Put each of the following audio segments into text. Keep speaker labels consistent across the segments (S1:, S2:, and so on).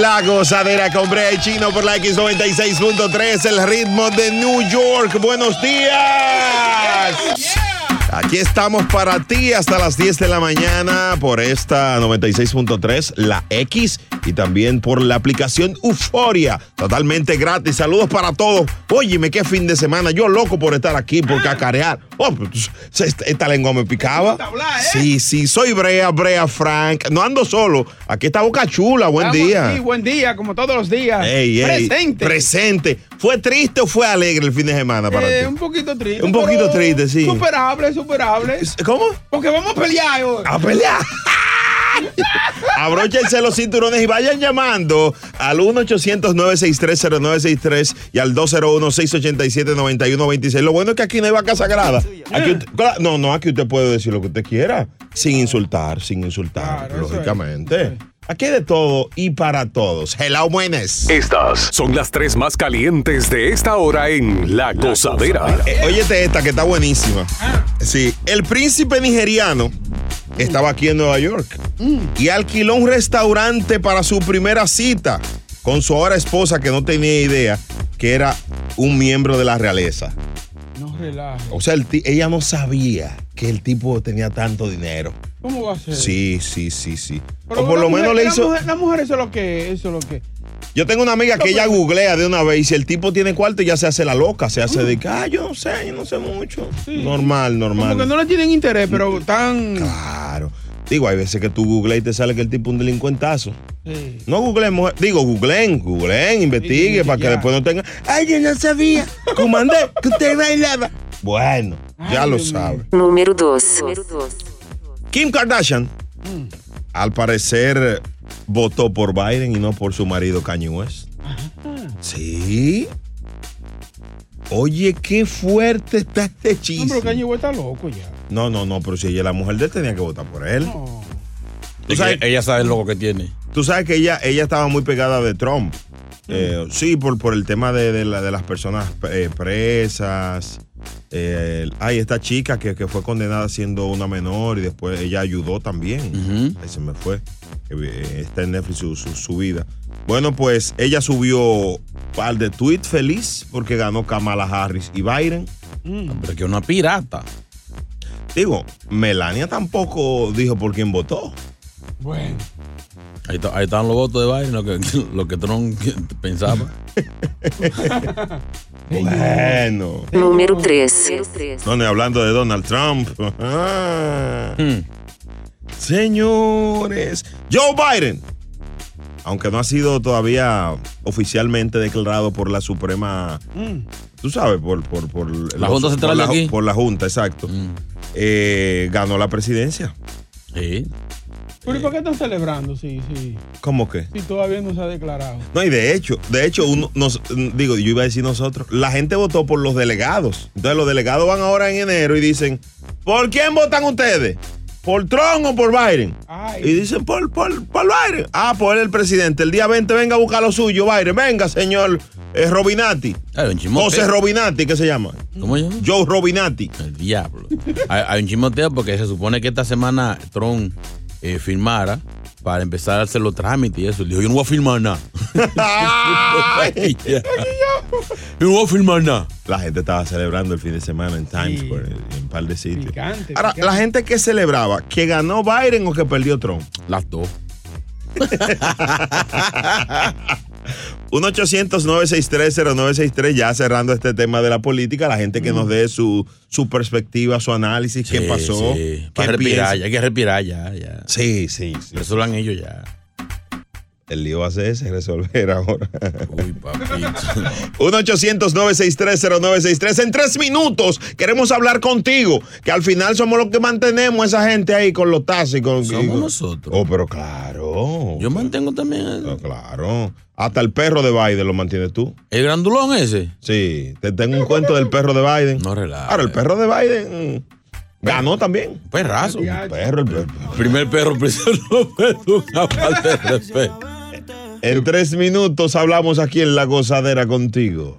S1: La gozadera con Brea y Chino por la X96.3, el ritmo de New York. Buenos días. Aquí estamos para ti hasta las 10 de la mañana por esta 96.3, la X, y también por la aplicación Euforia, totalmente gratis. Saludos para todos. Óyeme, qué fin de semana. Yo loco por estar aquí, por cacarear. Oh, pues, esta, esta lengua me picaba. Sí, sí, soy Brea, Brea Frank. No ando solo. Aquí está Boca Chula. Buen
S2: Estamos
S1: día.
S2: aquí, buen día, como todos los días.
S1: Ey, ey,
S2: Presente.
S1: Presente. ¿Fue triste o fue alegre el fin de semana para
S2: Eh,
S1: ti?
S2: un poquito triste.
S1: Un poquito
S2: pero
S1: triste, sí.
S2: Superable, superable.
S1: ¿Cómo?
S2: Porque vamos a pelear hoy.
S1: ¡A pelear! Abróchense los cinturones y vayan llamando al 1-800-963-0963 y al 201-687-9126. Lo bueno es que aquí no hay vaca sagrada.
S2: Eh.
S1: Aquí usted- claro, no, no, aquí usted puede decir lo que usted quiera,
S2: Ah.
S1: sin insultar, sin insultar, lógicamente. Aquí hay de todo y para todos. Hello, buenas.
S3: Estas son las tres más calientes de esta hora en La Gozadera.
S1: Eh, óyete esta que está buenísima.
S2: Ah.
S1: Sí, el príncipe nigeriano estaba aquí en Nueva York y alquiló un restaurante para su primera cita con su ahora esposa que no tenía idea que era un miembro de la realeza.
S2: No relajes.
S1: O sea, el ti- ella no sabía que el tipo tenía tanto dinero.
S2: ¿Cómo va a ser?
S1: Sí, sí, sí, sí.
S2: Pero
S1: o por
S2: la
S1: lo
S2: mujer-
S1: menos le
S2: la
S1: hizo...
S2: mujer- la mujer eso es lo que eso es lo que.
S1: Yo tengo una amiga que ella googlea de una vez y si el tipo tiene cuarto ya se hace la loca, se hace
S2: Mm.
S1: de que, ah, yo no sé, yo no sé mucho. Normal, normal.
S2: Porque no le tienen interés, pero tan.
S1: Claro. Digo, hay veces que tú googleas y te sale que el tipo es un delincuentazo.
S2: Sí.
S1: No googleen, mujer. Digo, googleen, googleen, investigue
S2: sí,
S1: para que
S2: ya.
S1: después no tengan. Ay, yo no sabía, comandé, que usted bailaba. Bueno, ya
S2: Ay,
S1: lo
S2: Dios
S1: sabe.
S4: Número 2.
S1: Kim Kardashian,
S2: Mm.
S1: al parecer, votó por Biden y no por su marido Kanye West. Sí. Oye, qué fuerte está este
S2: No, pero
S1: chiste.
S2: Kanye West está loco ya.
S1: No, no, no, pero si ella es la mujer de él, tenía que votar por él.
S2: No.
S1: Tú sabes-
S5: Eh, ella sabe lo que tiene.
S1: Tú sabes que ella, ella estaba muy pegada de Trump.
S5: Mm.
S1: Eh, sí, por, por el tema de, de la- de las personas eh, presas. Eh, ay, esta chica que, que fue condenada siendo una menor y después ella ayudó también. Ahí se me fue. Eh, Está en Netflix su, su- su vida. Bueno, pues ella subió un par de tweets feliz porque ganó Kamala Harris y Biden. Mm.
S5: Pero que es una pirata.
S1: Digo, Melania tampoco dijo por quién votó.
S2: Bueno.
S5: Ahí, está- ahí están los votos de Biden, lo que, lo que Trump pensaba.
S1: Bueno.
S4: Número 3.
S1: No, no, hablando de Donald Trump. Ajá.
S5: Hmm.
S1: Señores, Joe Biden, aunque no ha sido todavía oficialmente declarado por la Suprema, tú sabes, por, por, por
S5: La Junta Central
S1: por la,
S5: de aquí. Hmm.
S1: Por la Junta, exacto. Eh, ganó la presidencia.
S5: Sí.
S2: Pero ¿y por qué están celebrando? Sí, sí.
S1: ¿Cómo que?
S2: Si todavía no se ha declarado.
S1: No, y de hecho, de hecho, uno, nos, digo, yo iba a decir nosotros, la gente votó por los delegados. Entonces los delegados van ahora en enero y dicen, ¿por quién votan ustedes? ¿Por Trump o por Biden?
S2: Ay.
S1: Y dicen, por, por, por Biden. Ah, por él el presidente. El día 20 venga a buscar lo suyo, Biden. Venga, señor eh, Robinati.
S5: Hay un
S1: José
S5: chimoteo.
S1: Robinati, ¿qué se llama?
S5: ¿Cómo se llama?
S1: Joe Robinati.
S5: El diablo. Hay, hay un chimoteo porque se supone que esta semana Trump eh, firmara para empezar a hacer los trámites y eso. Le dijo, yo no voy a firmar nada. yo no voy a firmar nada.
S1: La gente estaba celebrando el fin de semana en Times
S2: Sí.
S1: Square, en un par de sitios.
S2: Picante,
S1: Ahora,
S2: picante.
S1: la gente que celebraba, que ganó Biden o que perdió Trump.
S5: Las dos.
S1: 1-800-963-0963, ya cerrando este tema de la política, la gente que nos dé su, su perspectiva, su análisis, qué
S5: Sí,
S1: pasó,
S5: sí. Para
S1: qué
S5: respirar,
S1: piensa.
S5: ya, hay que respirar ya, ya.
S1: Sí, sí, sí.
S5: Resuelvan ellos ya.
S1: El lío va a ser ese, resolver ahora.
S5: Uy, papito.
S1: 1-800-963-0963. En tres minutos queremos hablar contigo, que al final somos los que mantenemos a esa gente ahí con los taxis. Con,
S5: Somos
S1: y con-
S5: nosotros.
S1: Oh, pero claro.
S5: Yo mantengo también
S1: Pero
S5: el,
S1: claro. Hasta el perro de Biden lo mantienes tú.
S5: el grandulón ese.
S1: Sí, te tengo un cuento del perro de Biden.
S5: No relaja.
S1: Ahora, el perro de Biden mm, ganó también.
S5: Perrazo.
S1: El perro, el perro.
S5: Primer perro preso no perdona una falta de respeto.
S1: En tres minutos hablamos aquí en La Gozadera contigo.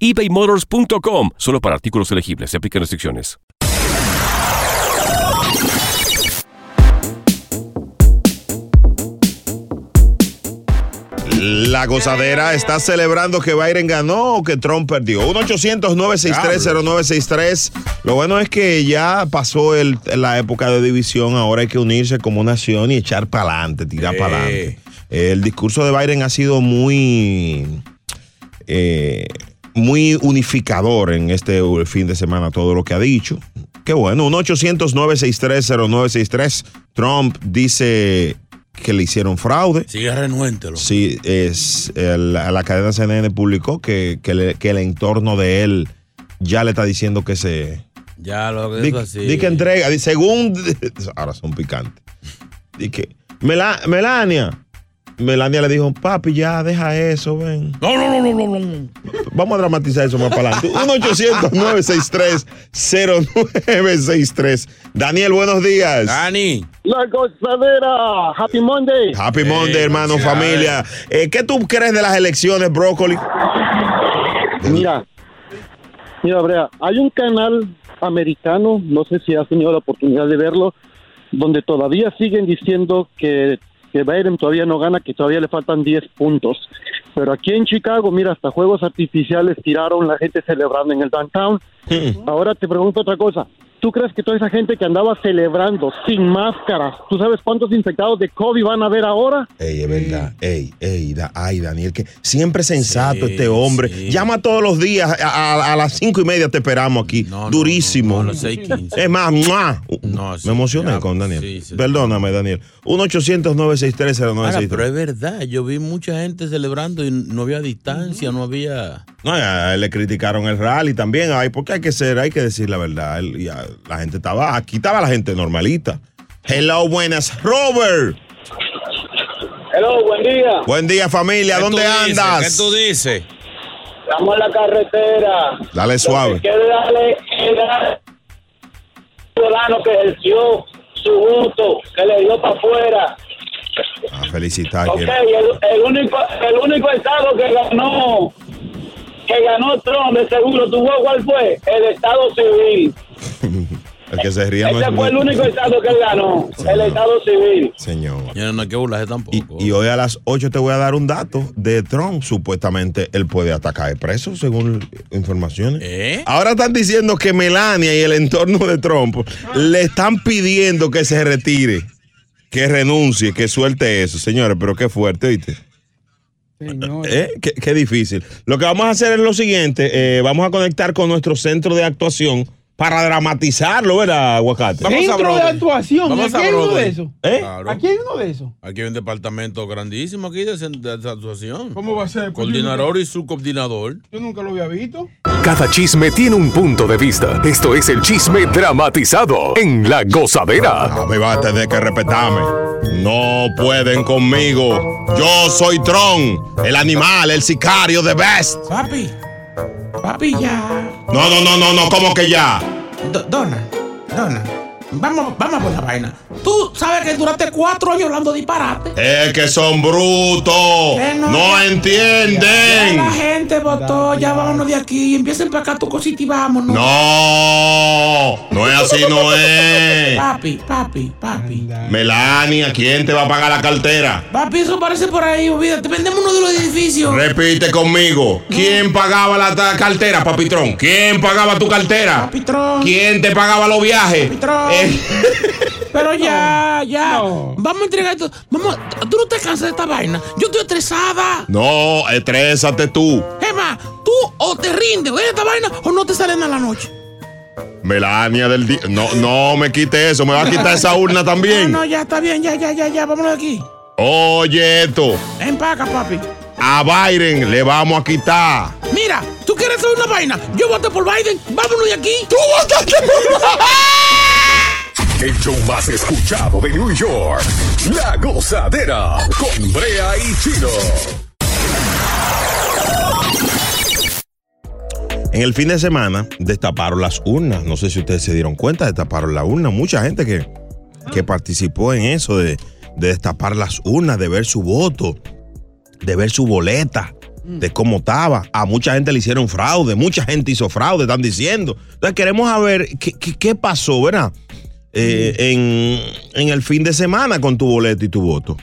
S6: ebaymotors.com. Solo para artículos elegibles. Se aplican restricciones.
S1: La gozadera está celebrando que Biden ganó o que Trump perdió. 1-800-963-0963. Lo bueno es que ya pasó el- la época de división. Ahora hay que unirse como nación y echar para adelante, tirar
S5: Eh.
S1: para adelante. El discurso de Biden ha sido muy. eh, muy unificador en este fin de semana, todo lo que ha dicho. Qué bueno, 1-800-963-0963. Trump dice que le hicieron fraude.
S5: Sigue renuéntelo.
S1: Sí, es, el- la, cadena CNN publicó que, que le- que el entorno de él ya le está diciendo que se...
S5: Ya lo que
S1: Di,
S5: es así.
S1: di que entrega, di- según... Ahora son picantes. Di que... Mela- Melania. Melania le dijo, papi, ya deja eso, ven.
S5: No, no, no, no, no, no.
S1: Vamos a dramatizar eso más para adelante. 1-800-963-0963. Daniel, buenos días.
S5: Dani.
S7: La gozadera. Happy Monday.
S1: Happy
S5: Hey,
S1: Monday, hermano,
S5: felicidades.
S1: familia. Eh, ¿Qué tú crees de las elecciones, Brócoli?
S7: Mira, mira, Brea, hay un canal americano, no sé si has tenido la oportunidad de verlo, donde todavía siguen diciendo que, que Biden todavía no gana, que todavía le faltan 10 puntos. Pero aquí en Chicago, mira, hasta juegos artificiales tiraron la gente celebrando en el downtown. Ahora te pregunto otra cosa. ¿Tú crees que toda esa gente que andaba celebrando sin máscaras, ¿tú sabes cuántos infectados de COVID van a haber ahora?
S1: Ey, es verdad. Ey, ey, da- ay, Daniel, que siempre es sensato
S5: Sí,
S1: este hombre.
S5: sí.
S1: Llama todos los días, a, a- a las cinco y media te esperamos aquí.
S5: No, no,
S1: Durísimo.
S5: No, no, no, seis, quince.
S1: Es más, ¡mua!
S5: No, sí,
S1: me emocioné
S5: ya,
S1: con Daniel.
S5: sí, sí.
S1: Perdóname, Daniel.
S5: Ahora, pero
S1: 1-800-963-0963.
S5: es verdad, yo vi mucha gente celebrando y no había distancia, no había.
S1: No, ya, a él le criticaron el rally también. Ay, porque hay que ser, hay que decir la verdad. Él- ya, la gente estaba, aquí estaba la gente normalita. Hello, buenas, Robert.
S7: Hello, buen día.
S1: Buen día, familia.
S5: ¿Qué
S1: ¿Dónde
S5: tú dices?
S1: andas?
S5: ¿Qué tú dices?
S7: Estamos en la carretera.
S1: Dale suave.
S7: Lo que quiero darle es dar ciudadano que ejerció su voto, que le dio para afuera.
S1: A felicitar.
S7: Ok,
S1: que-
S7: el, el único, el único estado que ganó, que ganó Trump, de seguro, ¿tú sabes cuál fue? El estado civil.
S1: El que se ría no es
S7: Ese fue el
S1: muy-
S7: único estado que ganó, el estado
S5: Oh.
S7: civil.
S1: Señor.
S5: Yo no hay que burlarse
S1: Y,
S5: tampoco.
S1: y hoy a las 8 te voy a dar un dato de Trump. Supuestamente él puede atacar preso, según informaciones.
S5: ¿Eh?
S1: Ahora están diciendo que Melania y el entorno de Trump le están pidiendo que se retire, que renuncie, que suelte eso. Señores, pero qué fuerte, ¿oíste?
S2: Señor.
S1: ¿Eh? Qué, qué difícil. Lo que vamos a hacer es lo siguiente: eh, vamos a conectar con nuestro centro de actuación para dramatizarlo, ¿verdad, Aguacate?
S5: Vamos a
S2: Centro de
S5: Broadway.
S2: actuación. ¿y
S5: Vamos a
S2: aquí hay uno
S5: Broadway.
S2: de eso?
S1: ¿Eh?
S5: Claro.
S2: Aquí hay uno de eso.
S5: Aquí hay un departamento grandísimo aquí de, cen- de actuación.
S2: ¿Cómo va a ser? Pues yo
S5: Coordinador y subcoordinador.
S2: nunca- Yo nunca lo había visto.
S3: Cada chisme tiene un punto de vista. Esto es el chisme dramatizado en La Gozadera.
S1: A mí va a tener que respetarme. No pueden conmigo. Yo soy Tron, el animal, el sicario de Best.
S5: Papi, papi, ya.
S1: No, no, no, no, no, ¿cómo que ya?
S5: dona, dona. Vamos, vamos por la vaina. Tú sabes que duraste cuatro años hablando disparate.
S8: Es que son brutos.
S5: Eh, no.
S8: No
S5: Ya la
S8: entienden.
S5: gente votó, ya vámonos de aquí. Empiecen para acá tu cosita y vámonos.
S8: No, no es así, no es.
S5: Papi, papi, papi.
S8: Melania, ¿quién te va a pagar la cartera?
S5: Papi, eso parece por ahí, olvídate. Vendemos uno de los edificios.
S8: Repite conmigo. ¿Quién pagaba la ta- cartera, papitrón? ¿Quién pagaba tu cartera?
S5: Papitrón.
S8: ¿Quién te pagaba los viajes?
S5: Papitrón.
S8: Eh,
S5: Pero ya, ya.
S2: No.
S5: Vamos a entregar esto. Vamos, tú no te cansas de esta vaina. Yo estoy estresada.
S8: no, estrésate tú.
S5: Emma, tú o te rindes en esta vaina o no te salen a la noche.
S8: Melania del día. No, no me quite eso. Me va a quitar esa urna
S5: Ah,
S8: también.
S5: no, ya está bien, ya, ya, ya, ya. Vámonos de aquí.
S8: Oye, esto.
S5: Empaca, papi.
S8: A Biden le vamos a quitar.
S5: Mira, tú quieres hacer una vaina. Yo voté por Biden. Vámonos de aquí. Tú votaste
S3: El show más escuchado de New York. La gozadera con Brea y Chino.
S1: En el fin de semana destaparon las urnas. No sé si ustedes se dieron cuenta, destaparon la urna. Mucha gente que, que participó en eso de, de destapar las urnas, de ver su voto, de ver su boleta, de cómo estaba. A mucha gente le hicieron fraude, mucha gente hizo fraude, están diciendo. Entonces queremos saber qué, qué- qué pasó, ¿verdad? Eh, en, en el fin de semana con tu boleta y tu voto.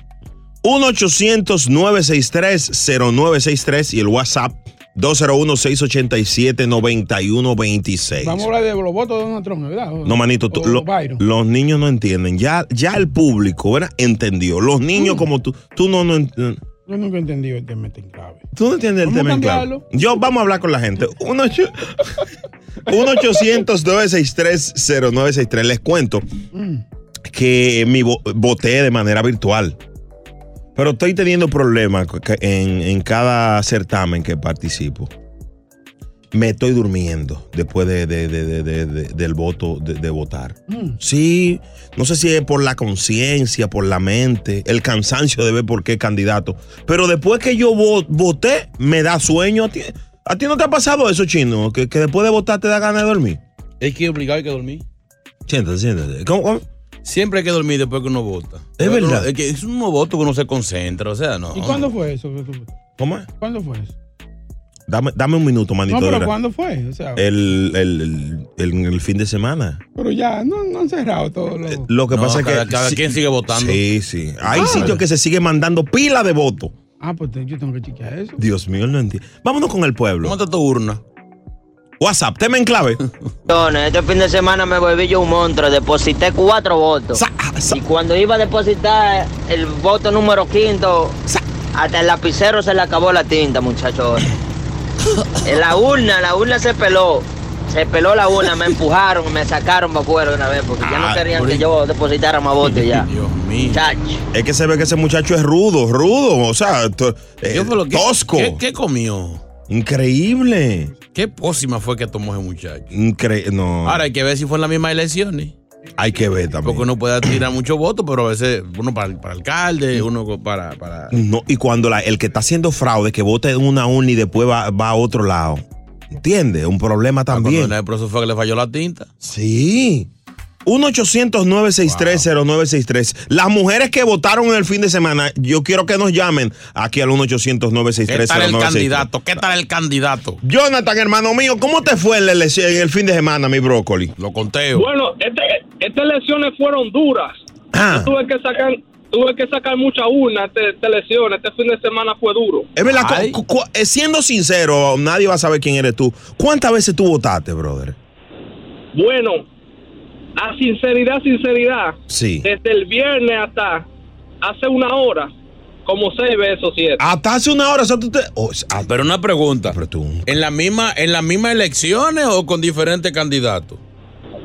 S1: 1-800-963-0963 y el WhatsApp 201-687-9126.
S2: Vamos a hablar de los votos de Donald Trump, ¿verdad? O-
S1: No, manito, tú-
S2: Pues, o
S1: lo-
S2: Biden.
S1: los niños no entienden. Ya, ya el público, ¿verdad? Entendió. Los niños
S2: Mm.
S1: como tú, tú no, no ent-
S2: Yo nunca he entendido este el tema en clave.
S1: Tú no entiendes el
S2: Vamos
S1: tema
S2: a
S1: en claro.
S2: cambiarlo.
S1: Yo, vamos a hablar con la gente. 1-800-963-0963. Les cuento que mi vo- voté de manera virtual. Pero estoy teniendo problemas co- ca- en, en cada certamen que participo. Me estoy durmiendo después de, de- de- de- de- de- del voto, de, de votar.
S2: Mm.
S1: Sí, no sé si es por la conciencia, por la mente, el cansancio de ver por qué candidato. Pero después que yo vo- voté, me da sueño. ¿A ti, a ti no te ha pasado eso, chino? ¿Que, que después de votar te da ganas de dormir.
S5: Es que obligado hay que dormir.
S1: Siéntate, siéntate. ¿Cómo, cómo?
S5: Siempre hay que dormir después que uno vota.
S1: Es verdad.
S5: Es que es un voto que uno se concentra, o sea, no.
S2: ¿Y cuándo fue eso? que tú-
S1: ¿Cómo es?
S2: ¿Cuándo fue eso?
S1: Dame, dame un minuto, manito. Eh.
S2: No, pero
S1: de verdad.
S2: ¿cuándo fue? O sea,
S1: el, el, el- el- el fin de semana.
S2: pero ya no, no han cerrado todo lo...
S1: Eh, Lo que
S5: No,
S1: pasa
S5: cada-
S1: es que.
S5: cada quien sigue votando.
S1: Sí, sí. Hay
S2: Ah.
S1: sitios que se sigue mandando pila de votos.
S2: Ah, pues te- yo tengo que chequear eso.
S1: Dios mío, no entiendo. Vámonos con el pueblo.
S5: ¿Cómo está tu urna?
S1: WhatsApp, tema en clave.
S9: Este fin de semana me volví yo un monstruo, deposité cuatro votos.
S1: Sa- ah, sa-
S9: Y cuando iba a depositar el voto número quinto,
S1: sa-
S9: hasta el lapicero se le acabó la tinta, muchachos. En la urna, la urna se peló. Se peló la urna, me empujaron, me sacaron me acuerdo una vez, porque ya
S1: Ah,
S9: no querían
S5: por
S9: que
S5: ahí.
S9: yo depositara más votos ya.
S5: Dios mío.
S9: Muchacho.
S1: Es que se ve que ese muchacho es rudo, rudo. O sea, to- eh,
S5: Yo fue lo que-
S1: tosco.
S5: ¿Qué, qué comió?
S1: Increíble.
S5: ¿Qué pócima fue que tomó ese muchacho?
S1: Incre- no.
S5: Ahora hay que ver si fue en las mismas elecciones.
S1: hay que ver también.
S5: Porque uno puede tirar muchos votos, pero a veces uno para, para alcalde, uno para. para
S1: No, y cuando la- el que está haciendo fraude, que vote en una urna y después va, va a otro lado. ¿Entiendes? Un problema
S5: Cuando
S1: también.
S5: el profesor fue que le falló la tinta.
S1: Sí. 1-800-963-0963. Las mujeres que votaron en el fin de semana, yo quiero que nos llamen aquí al 1 800
S5: ¿Qué tal el
S1: 963
S5: candidato? ¿Qué tal el candidato?
S1: Jonathan, hermano mío, ¿cómo te fue en la elección- en el fin de semana, mi brócoli?
S5: Lo conteo.
S10: Bueno, este- estas elecciones fueron duras.
S1: Ah,
S10: Tuve que sacar, tuve que sacar mucha urna este- esta elección. Este fin de semana fue duro.
S1: es verdad, cu-
S5: Ay.
S1: cu- cu- eh, siendo sincero, nadie va a saber quién eres tú. ¿Cuántas veces tú votaste, brother?
S10: Bueno, a sinceridad, sinceridad,
S1: Sí.
S10: desde el viernes hasta hace una hora, como seis veces o siete.
S1: Hasta hace una hora, o sea, tú te... oh, ah,
S5: Pero una pregunta.
S1: pero tú...
S5: ¿En las mismas en las mismas elecciones o con diferentes candidatos?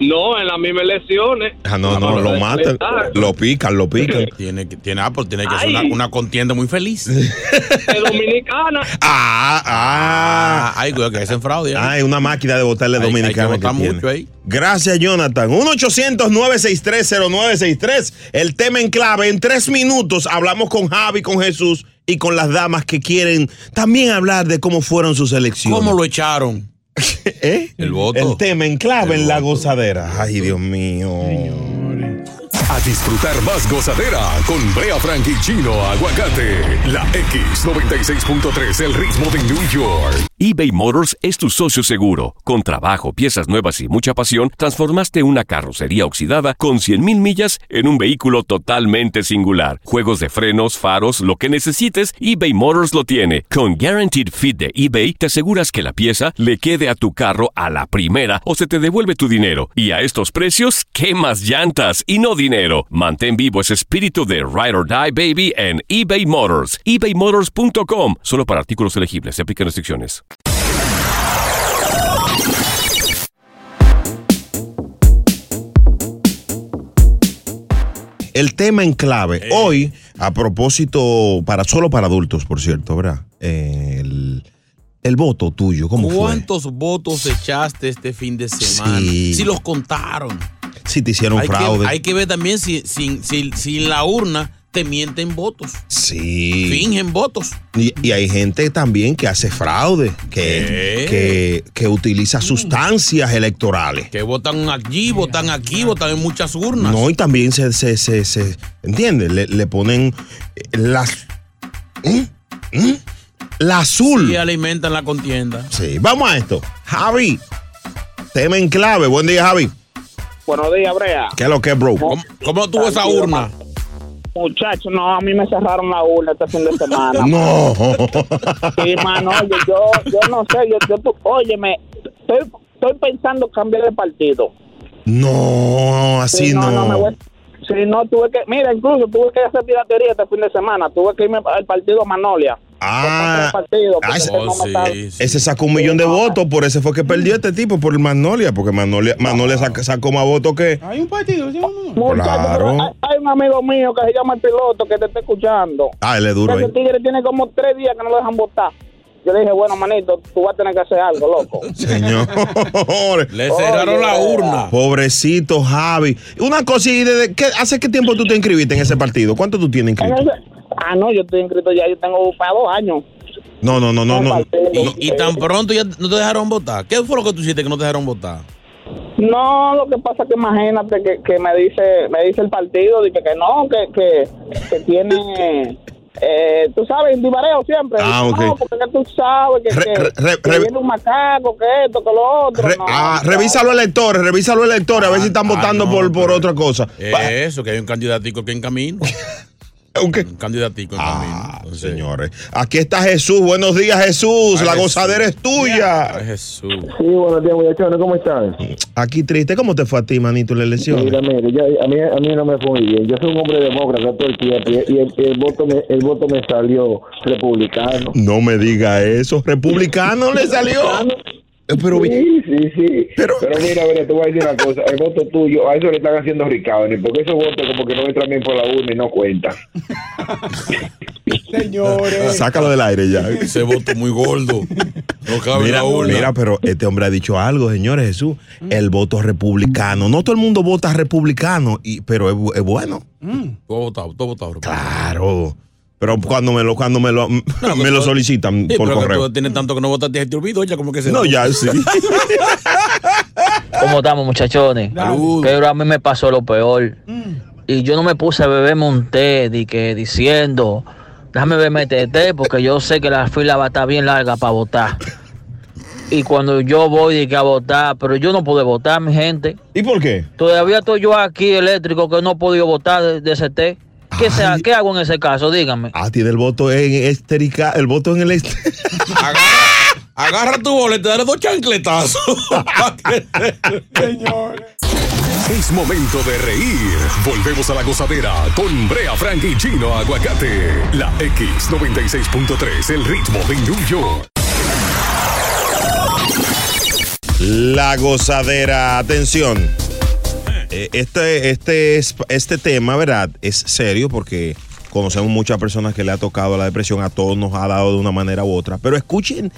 S10: No, en las mismas elecciones.
S1: Ah, no, no, lo matan. Lo pican, lo pican.
S5: Tiene que, tiene, ah, pues tiene que ser
S10: Ay.
S5: una, una contienda muy feliz.
S10: De Dominicana.
S1: Ah, ah.
S5: Ah, ay, güey, que hacen fraude. ¿eh?
S1: Ah, es una máquina de votarle
S5: Hay- hay que
S1: dominicana que
S5: votar
S1: tiene.
S5: mucho ahí.
S1: Gracias, Jonathan. 1-800-963-0963. El tema en clave. En tres minutos hablamos con Javi, con Jesús y con las damas que quieren también hablar de cómo fueron sus elecciones.
S5: ¿Cómo lo echaron?
S1: ¿Eh?
S5: El voto.
S1: El tema en clave
S5: El
S1: en la
S5: voto.
S1: gozadera. Ay, Dios mío.
S3: A disfrutar más gozadera con Brea Frank y Chino Aguacate. La X96.3, el ritmo de New York.
S6: eBay Motors es tu socio seguro. Con trabajo, piezas nuevas y mucha pasión, transformaste una carrocería oxidada con 100.000 millas en un vehículo totalmente singular. Juegos de frenos, faros, lo que necesites, eBay Motors lo tiene. Con Guaranteed Fit de eBay, te aseguras que la pieza le quede a tu carro a la primera o se te devuelve tu dinero. Y a estos precios, ¿qué más llantas y no dinero? Mantén vivo ese espíritu de Ride or Die Baby en eBay Motors. ebaymotors.com. Solo para artículos elegibles. Se aplican restricciones.
S1: El tema en clave,
S5: Eh.
S1: hoy, a propósito, para solo para adultos, por cierto, ¿verdad? Eh, El, el voto tuyo, ¿cómo fue?
S5: ¿Cuántos votos echaste este fin de semana?
S1: Sí.
S5: Si los contaron.
S1: Si te hicieron
S5: hay,
S1: fraude.
S5: Que, hay que ver también si, si, si- si en la urna te mienten votos.
S1: Sí.
S5: Fingen votos.
S1: Y, y hay gente también que hace fraude, que, que, que utiliza sustancias electorales.
S5: Que votan allí, votan aquí, votan en muchas urnas.
S1: No, y también se, se, se, se- ¿entiendes? Le, le ponen eh, las... ¿Mm? ¿Mm? La azul.
S5: Y alimentan la contienda.
S1: Sí, vamos a esto. Javi, tema en clave. Buen día, Javi.
S11: Buenos días, Brea.
S1: ¿Qué es lo que es, bro?
S11: ¿Cómo-
S5: ¿Cómo
S11: tuvo esa urna? Muchacho, no, a mí me cerraron la urna este fin de semana.
S1: No.
S11: Sí, mano, oye, yo, yo no sé, yo, yo tú- óyeme, estoy, estoy pensando cambiar de partido.
S1: No, así
S11: Sí,
S1: no.
S11: me voy- sí, no, tuve que, mira, incluso tuve que hacer piratería este fin de semana, tuve que irme al partido Manolia.
S1: Ah,
S11: Otro partido,
S1: ah,
S11: porque
S1: ese,
S11: no
S5: Oh,
S11: me está-
S1: ese sacó un millón de votos, por eso fue que perdió este tipo, por el Magnolia, porque Magnolia, Magnolia saca- sacó más votos que...
S11: Hay un partido, sí,
S1: Claro.
S11: Hay, hay un amigo mío que se llama el piloto que te está escuchando.
S1: Ah, él es duro ahí.
S11: Ese tigre tiene como tres días que no lo dejan votar. Yo le dije, bueno, manito, tú vas a tener que hacer algo, loco.
S1: Señor.
S5: Le cerraron la urna.
S1: Pobrecito Javi. Una cosa, ¿y desde qué- ¿hace qué tiempo tú te inscribiste en ese partido? ¿Cuánto tú tienes
S11: En
S1: inscrito?
S11: ese- ah, no, yo estoy inscrito ya, yo tengo para dos años.
S1: No, no, no, no, no.
S5: Y, y tan pronto ya no te dejaron votar. ¿Qué fue lo que tú hiciste que no te dejaron votar?
S11: No, lo que pasa es que imagínate que, que me dice me dice el partido de que, que no, que, que, que tiene... eh, tú sabes, divareo siempre.
S1: Ah,
S11: Dice, No,
S1: ok.
S11: porque tú sabes que, que,
S1: re-
S11: que
S1: re-
S11: viene un macaco, que esto, que lo otro.
S1: Re-
S11: no,
S1: ah, revisa los electores, revisa los electores, a ver si
S5: Ah,
S1: están votando por, por otra cosa.
S5: Eso, que hay un candidatico que en camino.
S1: Un
S5: candidatico en camino.
S1: Ah, Señores, aquí está Jesús. Buenos días, Jesús.
S5: Ay,
S1: La
S5: Jesús.
S1: gozadera es tuya.
S5: Jesús.
S12: Sí, buenos días, muchachones, ¿cómo están?
S1: Aquí triste, ¿cómo te fue a ti, manito, la elección?
S12: Mira, mire, yo- a, mí, a mí no me fue muy bien. Yo soy un hombre demócrata todo el tiempo y, y el, el voto me, el voto me salió republicano.
S1: No me diga eso. Republicano le salió. Pero,
S12: sí, sí, sí. Pero, mira, mira, te voy a decir una cosa. El voto tuyo, a eso le están haciendo Ricardo, porque esos votos como que no entran bien por la urna y no cuentan.
S13: Señores.
S1: Sácalo del aire ya.
S5: Ese voto muy gordo. No cabe
S1: Mira,
S5: la urna.
S1: mira, pero este hombre ha dicho algo, señores, Jesús. El voto republicano. No todo el mundo vota republicano, y, pero es, bu- es bueno.
S5: Tú has votado, tú has votado.
S1: Mm. Claro. Pero cuando me lo, cuando me lo, me lo solicitan
S5: Sí,
S1: por
S5: pero que
S1: correo.
S5: tú tienes tanto que no votaste y te olvidó ya como que se
S1: No, ya, sí.
S14: ¿Cómo estamos, muchachones? Pero a mí me pasó lo peor.
S1: Mm.
S14: Y yo no me puse a beberme un té di que, diciendo, déjame beberme este té porque yo sé que la fila va a estar bien larga para votar. Y cuando yo voy di que a votar, pero yo no pude votar, mi gente.
S1: ¿Y por qué?
S14: Todavía estoy yo aquí eléctrico que no he podido votar de, de ese té. ¿Qué, se ha- ¿Qué hago en ese caso? Dígame.
S1: Ah, tiene el voto en esterica, el voto en el este.
S5: Agarra tu boleta, dale dos chancletazos.
S3: Es momento de reír. Volvemos a la gozadera con Brea Frank y Chino Aguacate. La X96.3, el ritmo de New York.
S1: La gozadera, atención. Eh, Este, este, es- este tema, ¿verdad? Es serio porque conocemos muchas personas que le ha tocado la depresión, a todos nos ha dado de una manera u otra. Pero escuchen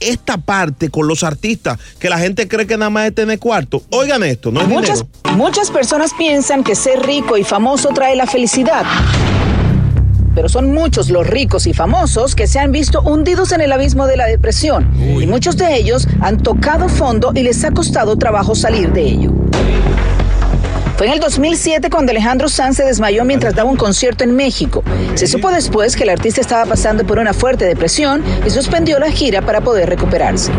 S1: esta parte con los artistas, que la gente cree que nada más es tener cuarto. Oigan esto, no es
S15: Muchas,
S1: dinero.
S15: muchas personas piensan que ser rico y famoso trae la felicidad. Pero son muchos los ricos y famosos que se han visto hundidos en el abismo de la depresión. Y muchos de ellos han tocado fondo y les ha costado trabajo salir de ello. Fue en el 2007 cuando Alejandro Sanz se desmayó mientras daba un concierto en México. Se supo después que el artista estaba pasando por una fuerte depresión y suspendió la gira para poder recuperarse.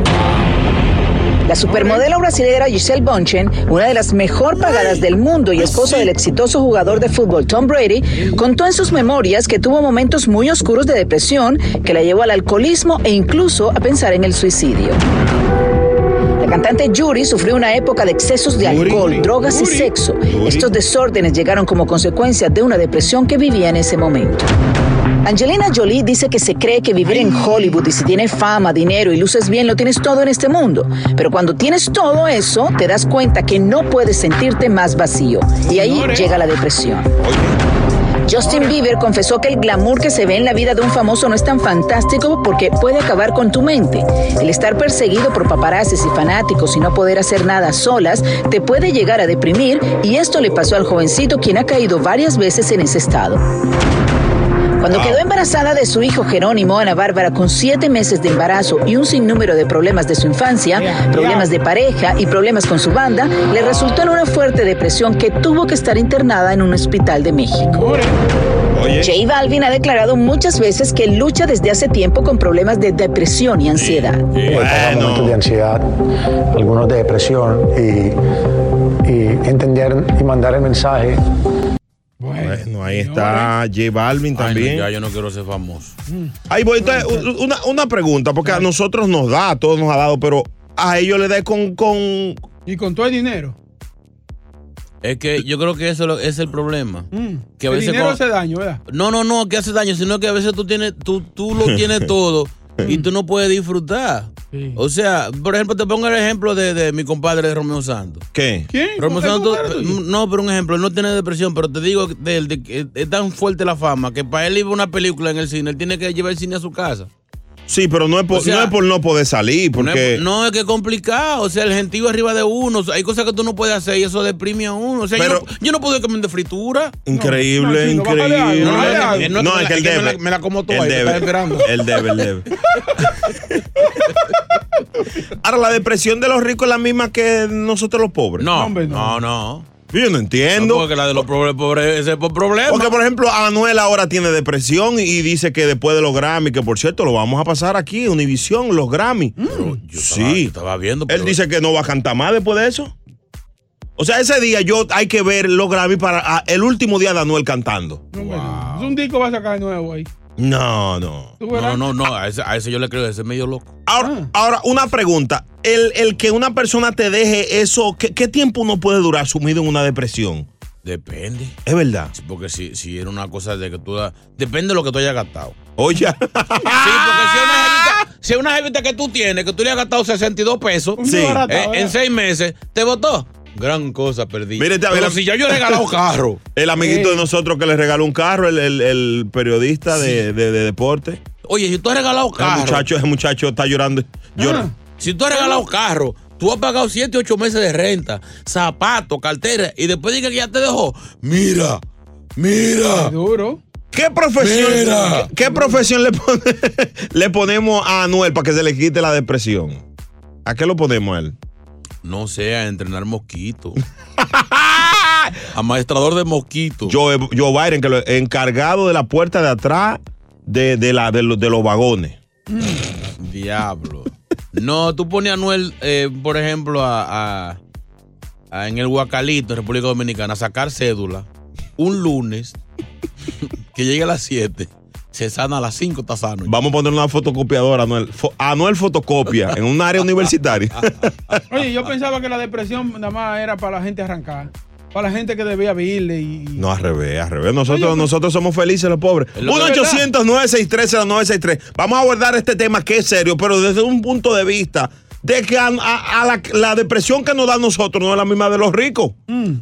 S15: La supermodelo brasileña Giselle Bonchen, una de las mejor pagadas del mundo y esposa del exitoso jugador de fútbol Tom Brady, contó en sus memorias que tuvo momentos muy oscuros de depresión que la llevó al alcoholismo e incluso a pensar en el suicidio. La cantante Yuri sufrió una época de excesos de alcohol, drogas y sexo. Estos desórdenes llegaron como consecuencia de una depresión que vivía en ese momento. Angelina Jolie dice que se cree que vivir en Hollywood y si tienes fama, dinero y luces bien, lo tienes todo en este mundo. Pero cuando tienes todo eso, te das cuenta que no puedes sentirte más vacío. Y ahí llega la depresión. Justin Bieber confesó que el glamour que se ve en la vida de un famoso no es tan fantástico porque puede acabar con tu mente. El estar perseguido por paparazzis y fanáticos y no poder hacer nada a solas te puede llegar a deprimir y esto le pasó al jovencito quien ha caído varias veces en ese estado. Cuando quedó embarazada de su hijo Jerónimo, Ana Bárbara, con siete meses de embarazo y un sinnúmero de problemas de su infancia, problemas de pareja y problemas con su banda, le resultó en una fuerte depresión que tuvo que estar internada en un hospital de México. J Balvin ha declarado muchas veces que lucha desde hace tiempo con problemas de depresión y ansiedad.
S16: Pasan momentos de ansiedad, algunos de depresión y, y entender y mandar el mensaje
S1: Bueno, ahí está J Balvin
S5: Ay,
S1: también.
S5: no, ya yo no quiero ser famoso.
S1: Ahí voy, entonces, u- u- una, una pregunta, porque a nosotros nos da, a todos nos ha dado, pero a ellos le da con, con...
S2: Y con todo el dinero.
S5: Es que yo creo que eso lo- es el problema.
S1: Mm.
S5: Que a
S2: el
S5: veces
S2: dinero
S5: cuando-
S2: hace daño, ¿verdad?
S5: No, no, no, que hace daño, sino que a veces tú tienes, tú, tú lo tienes todo y tú no puedes disfrutar. O sea, por ejemplo, te pongo el ejemplo de, de mi compadre de Romeo Santos.
S1: ¿Qué?
S2: ¿Quién?
S5: Romeo
S2: ¿Cómo-
S5: Santos, mm,
S2: cómo era tuyo?
S5: no, pero un ejemplo, él no tiene depresión, pero te digo de él, de que es tan fuerte la fama que para él ir a una película en el cine, él tiene que llevar el cine a su casa.
S1: Sí, pero no es por,
S5: O sea,
S1: no, es por no poder salir,
S5: No es-
S1: porque...
S5: No, es que es complicado. O sea, el gentío arriba de uno. o sea, hay cosas que tú no puedes hacer y eso deprime a uno. O sea, yo, no, yo no puedo comer de fritura.
S1: Increíble, increíble.
S5: No, no, no,
S1: No, es que él
S5: me la-
S1: debe.
S5: Me la como toda
S1: Él
S5: y me está
S1: debe.
S5: esperando.
S1: Él debe, él debe. Ahora, la depresión de los ricos es la misma que nosotros los pobres.
S5: No, no, no.
S1: Yo no entiendo.
S5: porque la de los pobres, pobres, ese es por problema.
S1: Porque, por ejemplo, Anuel ahora tiene depresión y dice que después de los Grammy, que por cierto, lo vamos a pasar aquí, Univisión, los Grammy. sí.
S5: estaba viendo.
S1: Él dice que no va a cantar más después de eso. O sea, ese día yo hay que ver los Grammy para ah, el último día de Anuel cantando. Ah.
S2: Es un disco va a sacar nuevo ahí.
S1: No, no.
S2: Tú verás.
S5: No, no, a ese, a ese yo le creo, ese es medio loco.
S1: Ahora, ahora una pregunta. El, el que una persona te deje eso, ¿qué, qué tiempo uno puede durar sumido en una depresión?
S5: Depende.
S1: Es verdad.
S5: Porque si, si era una cosa de que tú da- Depende de lo que tú hayas gastado.
S1: Oye. sí,
S5: porque si es una jevita, si es una jevita que tú tienes, que tú le has gastado 62 pesos
S1: Sí. barata,
S5: eh, en
S1: ¿verdad?
S5: seis meses, te votó. Gran cosa perdí.
S1: Mírate, a ver,
S5: Pero
S1: la-
S5: si ya yo he regalado carro.
S1: El amiguito de nosotros que le regaló un carro, el, el- el periodista de, de- de deporte.
S5: Oye, si tú has regalado
S1: El
S5: carro. Ah.
S1: muchacho, ese muchacho está llorando. Llora.
S5: Si tú has regalado carro, tú has pagado 7, 8 meses de renta, zapatos, cartera, y después diga que ya te dejó. Mira, mira.
S2: Duro.
S1: ¿Qué profesión,
S5: Mira.
S1: ¿qué, qué profesión le, pone- le ponemos a Anuel para que se le quite la depresión? ¿A qué lo ponemos a él?
S5: No sea entrenar mosquitos. Amaestrador de mosquitos.
S1: Joe, eh, Joe Biden, que lo encargado de la puerta de atrás de, de la, de, los- de los vagones.
S5: Diablo. No, tú pones a Anuel, eh, por ejemplo, a, a- a- en el Huacalito, en República Dominicana, a sacar cédula un lunes que llegue a las 7. Se sana a las 5, está sano.
S1: Vamos a poner una fotocopiadora, Anuel. Fo- Anuel fotocopia en un área universitaria.
S2: Oye, yo pensaba que la depresión nada más era para la gente arrancar. Para la gente que debía vivirle y.
S1: No, al revés, al revés. Nosotros, nosotros somos felices los pobres. 1-800-963-0963. Vamos a abordar este tema que es serio, pero desde un punto de vista de que a, a- a la, la depresión que nos da a nosotros no es la misma de los ricos.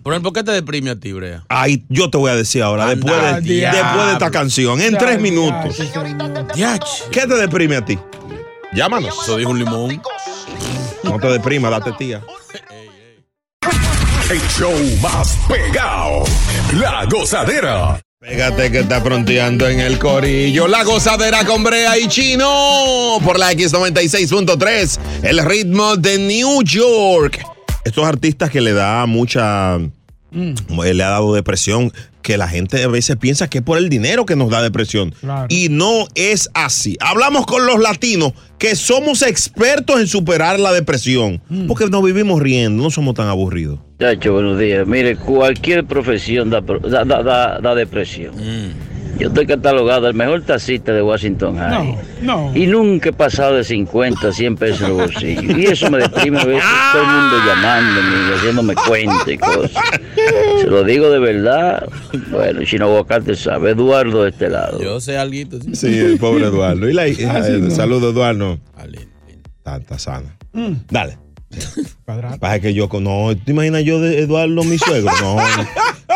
S5: Por ejemplo, ¿qué te deprime a ti, Brea?
S1: Ahí yo te voy a decir ahora, después de,
S5: al diablo.
S1: después de esta canción, en
S5: Ya,
S1: tres
S5: ya,
S1: minutos. ¿Qué te deprime a ti? Llámanos.
S5: Eso dijo un limón.
S1: No te deprima, date tía.
S3: El show más pegado. La gozadera.
S1: Pégate que está pronteando en el corillo. La gozadera con Brea y Chino. Por la X96.3. El ritmo de New York. Estos artistas que le da mucha Eh, Le ha dado depresión, que la gente a veces piensa que es por el dinero que nos da depresión.
S13: Claro.
S1: Y no es así. Hablamos con los latinos que somos expertos en superar la depresión, porque nos vivimos riendo, no somos tan aburridos.
S17: Chacho, buenos días. Mire, cualquier profesión da, pro- da, da- da- da depresión.
S2: Mm.
S17: Yo estoy catalogado el mejor taxista de Washington High.
S2: No.
S17: Y nunca he pasado de 50, 100 pesos en los bolsillos. Y eso me deprime a veces. Todo el mundo llamándome y haciéndome cuentas y cosas. Se lo digo de verdad. Bueno, Chino Bocate sabe. Eduardo de este lado.
S5: Yo sé alguito.
S1: Sí, el pobre Eduardo. Y la, y-
S5: Así
S1: eh,
S5: no.
S1: Saludos, Eduardo. Tanta sana. Dale. Pasa que yo con- no, ¿te imaginas yo de Eduardo, mi suegro? No, no.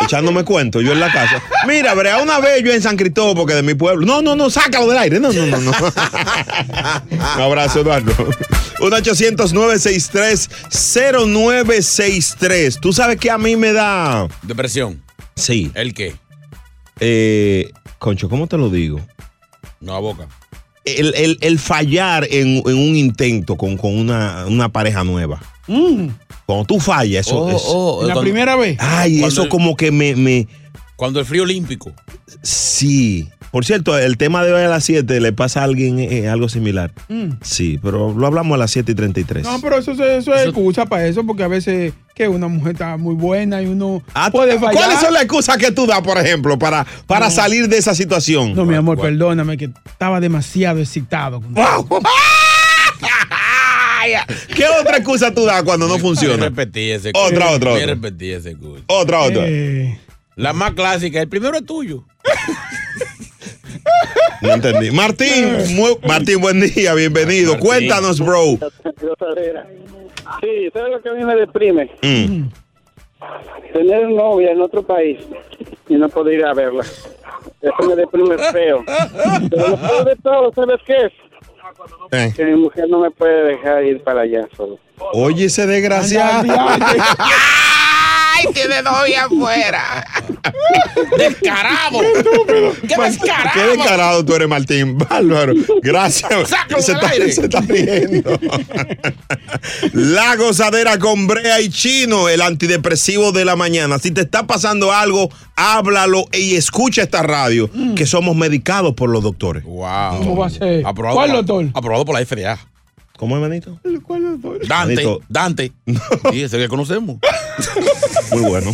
S1: echándome cuento, yo en la casa. Mira, Brea, una vez yo en San Cristóbal, porque de mi pueblo. No, no, no, sácalo del aire. No, no, no, no. Un abrazo, Eduardo. 1-800-963-0963. Tú sabes que a mí me da.
S5: Depresión.
S1: Sí.
S5: ¿El qué?
S1: Eh, Concho, ¿cómo te lo digo?
S5: No a boca.
S1: El, el- el fallar en, en un intento con, con una, una pareja nueva. Mm. Cuando tú fallas, eso
S5: Oh,
S1: es.
S5: oh, La cuando- primera vez.
S1: Ay,
S5: Cuando
S1: eso
S5: el-
S1: como que me, me-
S5: Cuando el frío olímpico.
S1: Sí. Por cierto, el tema de hoy a las 7 le pasa a alguien eh, algo similar.
S2: Mm.
S1: Sí, pero lo hablamos a las 7 y 33.
S2: No, pero eso, se- eso es excusa para eso, porque a veces que una mujer está muy buena y uno puede fallar.
S1: Ah, ¿Cuáles son las excusas que tú das, por ejemplo, para, para salir de esa situación?
S2: No, mi amor, perdóname que estaba demasiado excitado. con-
S1: ¿Qué otra excusa tú das cuando no funciona?
S5: Repetí ese
S1: Otra, otra,
S5: Me
S1: otra.
S5: repetí ese curso.
S1: Otra, otra.
S2: Eh.
S5: La más clásica. El primero es tuyo.
S1: No entendí.
S2: Eh.
S1: Martín, muy- Martín, buen día, bienvenido. Cuéntanos, bro.
S18: Sí, ¿sabes lo que a mí me deprime?
S1: Mm.
S18: Tener novia en otro país y no poder ir a verla. Eso me deprime feo. Pero lo peor de todo, ¿sabes qué es?
S1: Eh.
S18: Que mi mujer no me puede dejar ir para allá solo.
S1: Oye, ese desgraciado.
S13: ¡Ay, tiene novia afuera! ¡Descarado! ¡Qué descarado!
S1: Qué descarado tú eres, Martín. Bárbaro. Gracias.
S13: Sácalo
S1: Se
S13: del
S1: está,
S13: aire.
S1: se está riendo. La gozadera con Brea y Chino, el antidepresivo de la mañana. Si te está pasando algo, háblalo y escucha esta radio,
S13: Mm.
S1: que somos medicados por los doctores.
S5: Wow.
S2: ¿Cómo va a ser?
S5: Aprobado
S2: ¿Cuál
S5: por la-
S2: doctor?
S5: Aprobado por la FDA.
S1: ¿Cómo es, manito?
S5: Dante.
S1: Manito.
S5: Dante. Sí, ese que conocemos.
S1: Muy bueno.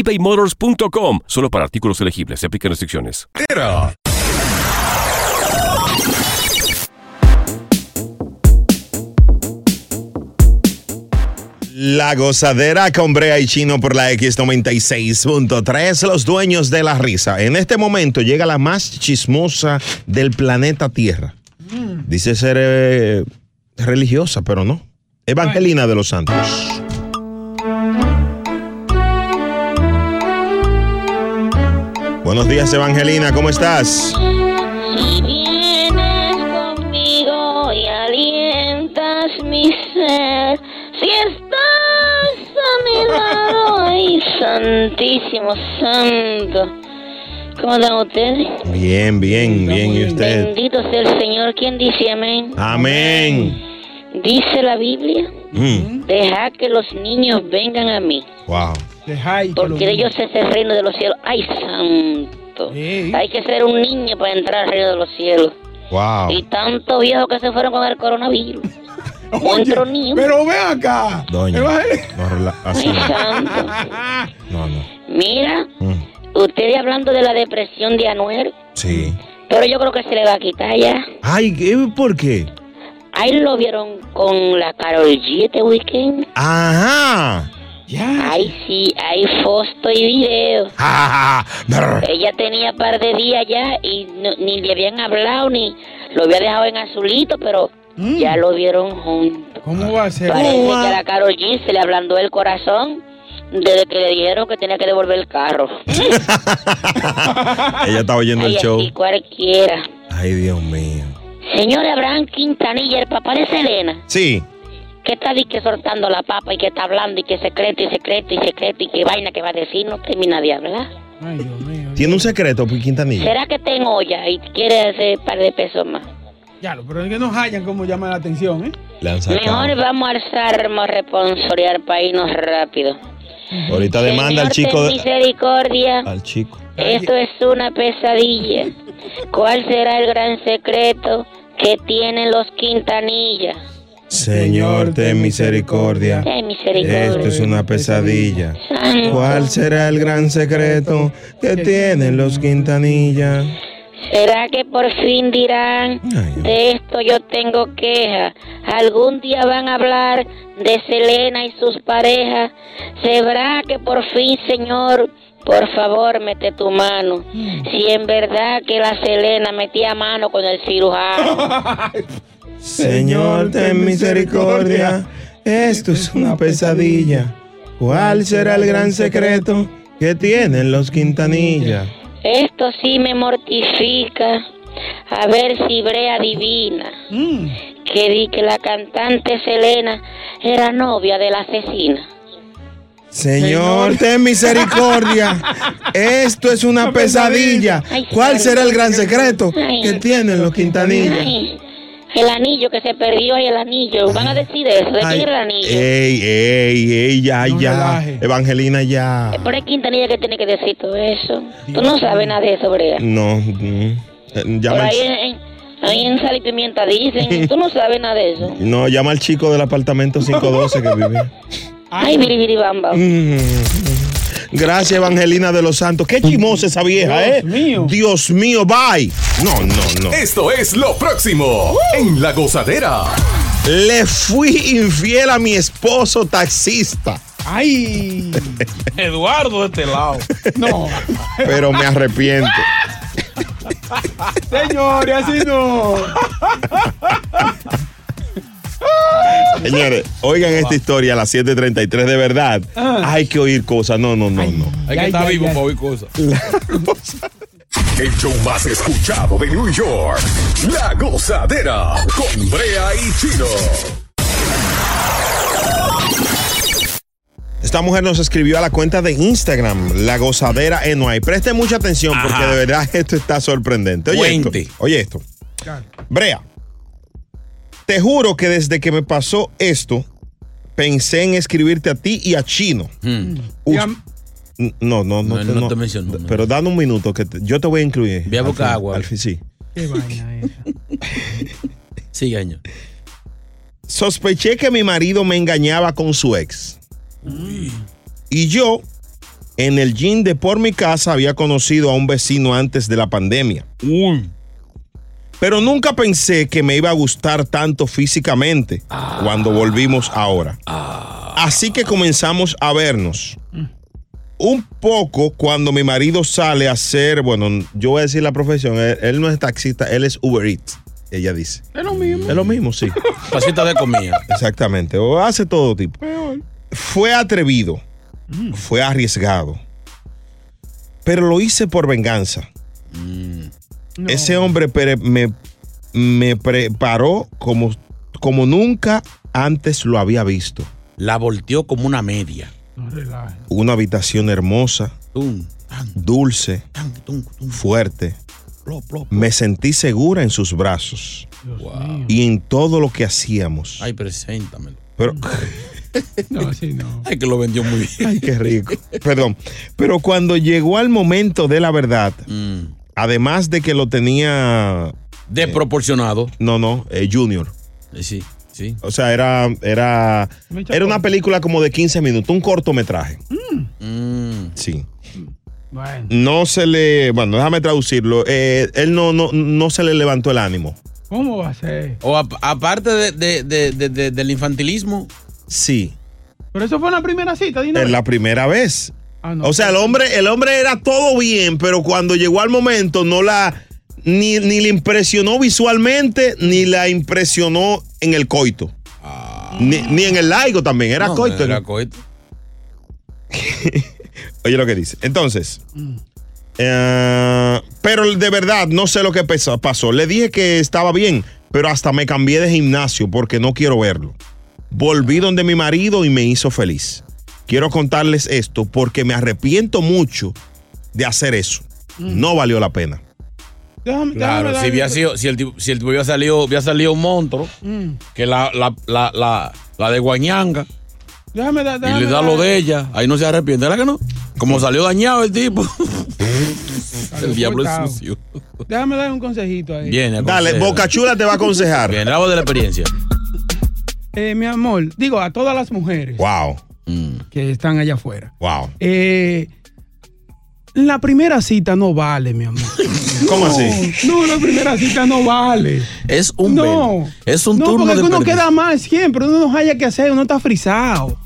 S6: ebaymotors.com. Solo para artículos elegibles. Se aplican restricciones.
S1: La gozadera con Brea y Chino por la X96.3, los dueños de la risa. En este momento llega la más chismosa del planeta Tierra. Dice ser eh, religiosa, pero no. Evangelina de los Santos. Buenos días, Evangelina, ¿cómo estás?
S19: Si vienes conmigo y alientas mi ser, si estás a mi lado, ay, santísimo santo. ¿Cómo están ustedes?
S1: Bien, bien, bien. ¿Y usted?
S19: Bendito sea el Señor, quien dice amén.
S1: Amén.
S19: Dice la Biblia,
S1: Mm,
S19: deja que los niños vengan a mí,
S1: Wow.
S19: porque de ellos es el reino de los cielos. Ay, santo. Hay que ser un niño para entrar al reino de los cielos.
S4: Ah.
S1: Wow.
S19: Y tantos viejos que se fueron con el coronavirus.
S2: Oye, pero ven acá.
S1: Doña. No, rela- así
S19: Ay,
S1: no.
S19: santo.
S1: No, Mm. no.
S19: Mira, ustedes hablando de la depresión de Anuel,
S1: Sí.
S19: pero yo creo que se le va a quitar ya.
S1: Ay, ¿qué- ¿por qué?
S19: Ahí lo vieron con la Carol G este weekend.
S1: Ajá.
S19: Ahí sí, hay foto y video. Ella tenía par de días ya y no- ni le habían hablado ni lo había dejado en azulito, pero ya lo vieron juntos.
S2: ¿Cómo va a ser?
S19: Parece que a la Carol G se le ablandó el corazón desde que le dijeron que tenía que devolver el carro.
S1: Ella estaba oyendo
S19: Ay,
S1: el show.
S19: así cualquiera.
S1: Ay, Dios mío.
S19: Señor Abraham Quintanilla, el papá de Selena,
S1: Sí.
S19: que está di que soltando la papa y que está hablando y que secreto y secreto y secreto y que vaina que va a decir, no termina de hablar.
S1: Tiene un secreto, pues, Quintanilla.
S19: ¿Será que está en olla y quiere hacer un par de pesos más?
S2: Ya, lo, pero es que nos hallan cómo llama la atención, ¿eh?
S1: Le han sacado.
S19: Mejor vamos a alzarnos responsorial para irnos rápido.
S1: Ahorita demanda al
S19: Señor,
S1: chico.
S19: ten
S1: de-
S19: misericordia.
S1: al chico.
S19: Esto es una pesadilla. ¿Cuál será el gran secreto que tienen los Quintanilla?
S8: Señor, ten misericordia.
S19: Ten misericordia.
S8: Esto es una pesadilla.
S19: Santo.
S8: ¿Cuál será el gran secreto que tienen los Quintanilla?
S19: ¿Será que por fin dirán de esto yo tengo queja? ¿Algún día van a hablar de Selena y sus parejas? ¿Será que por fin, Señor, por favor, mete tu mano? Si en verdad que la Selena metía mano con el cirujano.
S8: Señor, ten misericordia. Esto es una pesadilla. ¿Cuál será el gran secreto que tienen los Quintanilla?
S19: Esto sí me mortifica. A ver si Brea adivina. Que di que la cantante Selena era novia de la asesina.
S8: Señor, ten misericordia. Esto es una pesadilla. ¿Cuál será el gran secreto que tienen los Quintanilla?
S19: Ay, el anillo que se perdió y el anillo. Van a decir eso, de quién era el anillo.
S1: Ey, ey, ey, ya, ya. Evangelina, ya.
S19: Por el Quintanilla que tiene que decir todo eso. Tú no sabes nada de eso, Brea.
S1: No. mm, eh,
S19: Por
S1: Llama
S19: ahí
S1: al,
S19: en, ahí en Sal y Pimienta dicen, tú no sabes nada de eso.
S1: no, llama al chico del apartamento 512 que vive.
S19: Ay, biribiribamba.
S1: Mm. Gracias, Evangelina de los Santos. Qué chimosa esa vieja, ¿eh? Dios mío, bye. No, no, Oh, no.
S3: Esto es lo próximo en La Gozadera.
S1: Le fui infiel a mi esposo taxista.
S2: ¡Ay!
S5: Eduardo de este lado.
S2: No.
S1: Pero me arrepiento.
S2: Señores, así no.
S1: Señores, oigan esta historia a las 7:33. De verdad, hay que oír cosas. No, no, no, no.
S5: Hay que estar vivo para oír cosas.
S3: El show más escuchado de New York. La Gozadera con Brea y Chino.
S1: Esta mujer nos escribió a la cuenta de Instagram, La Gozadera NY. Preste mucha atención porque de verdad esto está sorprendente. Oye esto, oye esto. Brea, te juro que desde que me pasó esto, pensé en escribirte a ti y a Chino.
S5: Hmm.
S1: Us- N- no, no, no, te, no. Pero dame un minuto que te- yo te voy a incluir. Voy
S5: a buscar agua.
S1: sí.
S2: Qué vaina
S5: Sí, año.
S1: Sospeché que mi marido me engañaba con su ex. Y yo, en el gym de por mi casa, había conocido a un vecino antes de la pandemia. Pero nunca pensé que me iba a gustar tanto físicamente cuando volvimos ahora. Así que comenzamos a vernos. Un poco cuando mi marido sale a hacer, bueno, yo voy a decir la profesión, él, él no es taxista, él es Uber Eats, ella dice.
S2: Es lo mismo.
S1: Es lo mismo, sí.
S5: Pasita de comida.
S1: Exactamente, o hace todo tipo. Fue atrevido,
S5: Mm.
S1: fue arriesgado, pero lo hice por venganza.
S5: Mm.
S1: Ese hombre pre- me, me preparó como, como nunca antes lo había visto.
S5: La volteó como una media.
S1: Una habitación hermosa, dulce, fuerte. Me sentí segura en sus brazos y en todo lo que hacíamos.
S5: Ay, preséntamelo.
S1: Pero,
S2: No, sí, no.
S5: Mm, Ay, que lo vendió muy bien.
S1: Ay, qué rico. Perdón. Pero cuando llegó al momento de la verdad,
S5: Mm,
S1: además de que lo tenía.
S5: Desproporcionado.
S1: no, no, eh, Junior.
S5: Sí, sí.
S1: O sea, era, era, era una película como de 15 minutos, un cortometraje.
S5: Mm.
S1: Sí.
S2: Bueno.
S1: No se le. Bueno, déjame traducirlo. eh, él no, no, no se le levantó el ánimo.
S2: ¿Cómo va a ser?
S5: O ap- aparte de, de- de- de- de- del infantilismo.
S1: Sí.
S2: Pero eso fue una primera cita, Dina.
S1: Es la primera vez.
S2: Ah, no.
S1: O sea, el hombre, el hombre era todo bien, pero cuando llegó al momento no la ni, ni le impresionó visualmente, ni la impresionó en el coito. Ni, ni en el laigo también, era
S5: No, eh,
S1: coito.
S5: Era coito.
S1: Oye lo que dice. Entonces, eh, pero de verdad no sé lo que pesa- pasó. Le dije que estaba bien, pero hasta me cambié de gimnasio porque no quiero verlo. Volví donde mi marido y me hizo feliz. Quiero contarles esto porque me arrepiento mucho de hacer eso. No valió la pena.
S2: Déjame,
S5: Claro, si, hubiera sido- si el tipo, si el tipo hubiera salido, hubiera salido un monstruo,
S2: Mm.
S5: que la, la, la, la, la de Guañanga,
S2: Déjame dar.
S5: y le da lo de ella, ahí no se arrepiente, ¿verdad que no? Como salió dañado el tipo. el diablo
S2: cortado.
S5: es sucio.
S2: Déjame dar un consejito ahí.
S5: Bien,
S1: Dale, Bocachula te va a aconsejar.
S5: Bien, grabo de la experiencia.
S2: Eh, mi amor, digo a todas las mujeres
S1: Wow.
S5: Mm.
S2: que están allá afuera.
S1: Wow.
S2: Eh, la primera cita no vale, mi amor.
S1: ¿Cómo
S2: No,
S1: así?
S2: No, la primera cita no vale.
S5: Es un
S2: no.
S5: Es un
S2: no,
S5: turno
S2: porque
S5: de
S2: uno
S5: perdición.
S2: queda mal siempre, uno no haya que hacer, uno está frisado.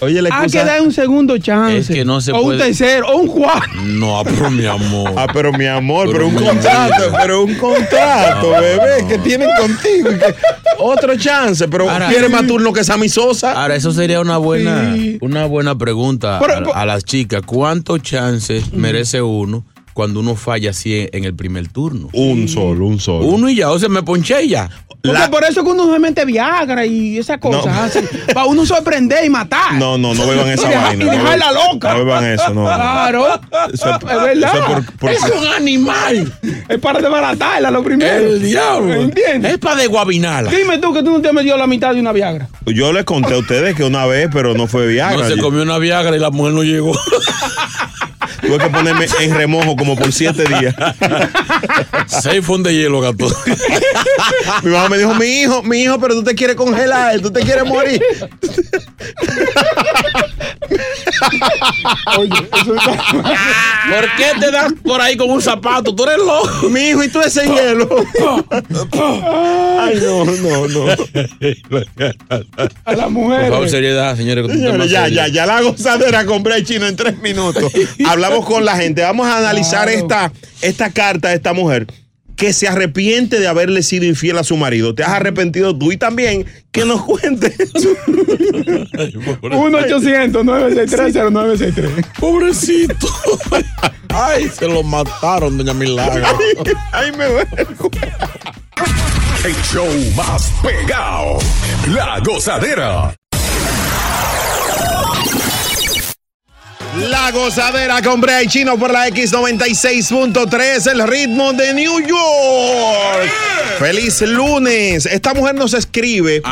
S1: Oye, la
S2: Hay que
S1: excusa-
S2: dar un segundo chance.
S5: Es que no se
S2: o un
S5: puede-
S2: tercero, o un cuarto.
S5: No, pero mi amor.
S1: Ah, pero mi amor, pero, un contrato, pero un contrato,
S5: Ah.
S1: bebé, que tienen contigo. y que- otro chance, pero
S5: Ahora-
S1: quiere más turno que Sammy Sosa.
S5: Ahora, eso sería una buena, una buena pregunta
S1: Pero-
S5: a,
S2: pues,
S5: a las chicas. ¿Cuántos chances merece uno cuando uno falla así en el primer turno?
S1: Un solo, un solo.
S5: Uno y ya, o sea, me ponché y ya.
S2: Porque por eso que uno se mete Viagra y esas cosas así. Para uno sorprender y matar.
S1: No, no, no beban esa
S2: y deja-
S1: vaina.
S2: Y
S1: no
S2: dejarla
S1: beban-
S2: loca.
S1: No beban eso, no.
S2: Claro.
S1: Eso es-
S2: es verdad.
S1: eso es por- por-
S2: Es
S5: un animal.
S2: Es para desbaratarla lo primero.
S5: El diablo.
S2: ¿Entiendes?
S5: Es para desguabinarla.
S2: Dime tú que tú no te has metido la mitad de una Viagra.
S1: Yo les conté a ustedes que una vez, pero no fue Viagra.
S5: No se
S1: Yo
S5: comió una Viagra y la mujer no llegó.
S1: Tuve que ponerme en remojo como por siete días.
S5: Seis fondos de hielo, gato.
S1: Mi mamá me dijo, mi hijo, mi hijo, pero tú te quieres congelar, tú te quieres morir.
S2: Oye, eso está
S5: ¿Por qué te das por ahí con un zapato? Tú eres loco.
S1: Mi hijo, y tú ese hielo. Ay, no, no, no.
S2: A las
S5: Por
S2: mujeres.
S5: favor, seriedad, señores. que tú
S1: Señores,
S5: temas
S1: ya,
S5: serios.
S1: ya, ya la gozadera compré el chino en tres minutos. Hablamos con la gente. Vamos a analizar esta, esta carta de esta mujer que se arrepiente de haberle sido infiel a su marido. ¿Te has arrepentido tú y también? Que nos cuente.
S2: 1-800-963-0963.
S5: Pobrecito. Ay, se lo mataron, doña Milagro.
S1: Ay, me duele.
S3: El show más pegado. La gozadera.
S1: La gozadera con Brea y Chino por la X96.3, el ritmo de New York. Feliz lunes. Esta mujer nos escribe.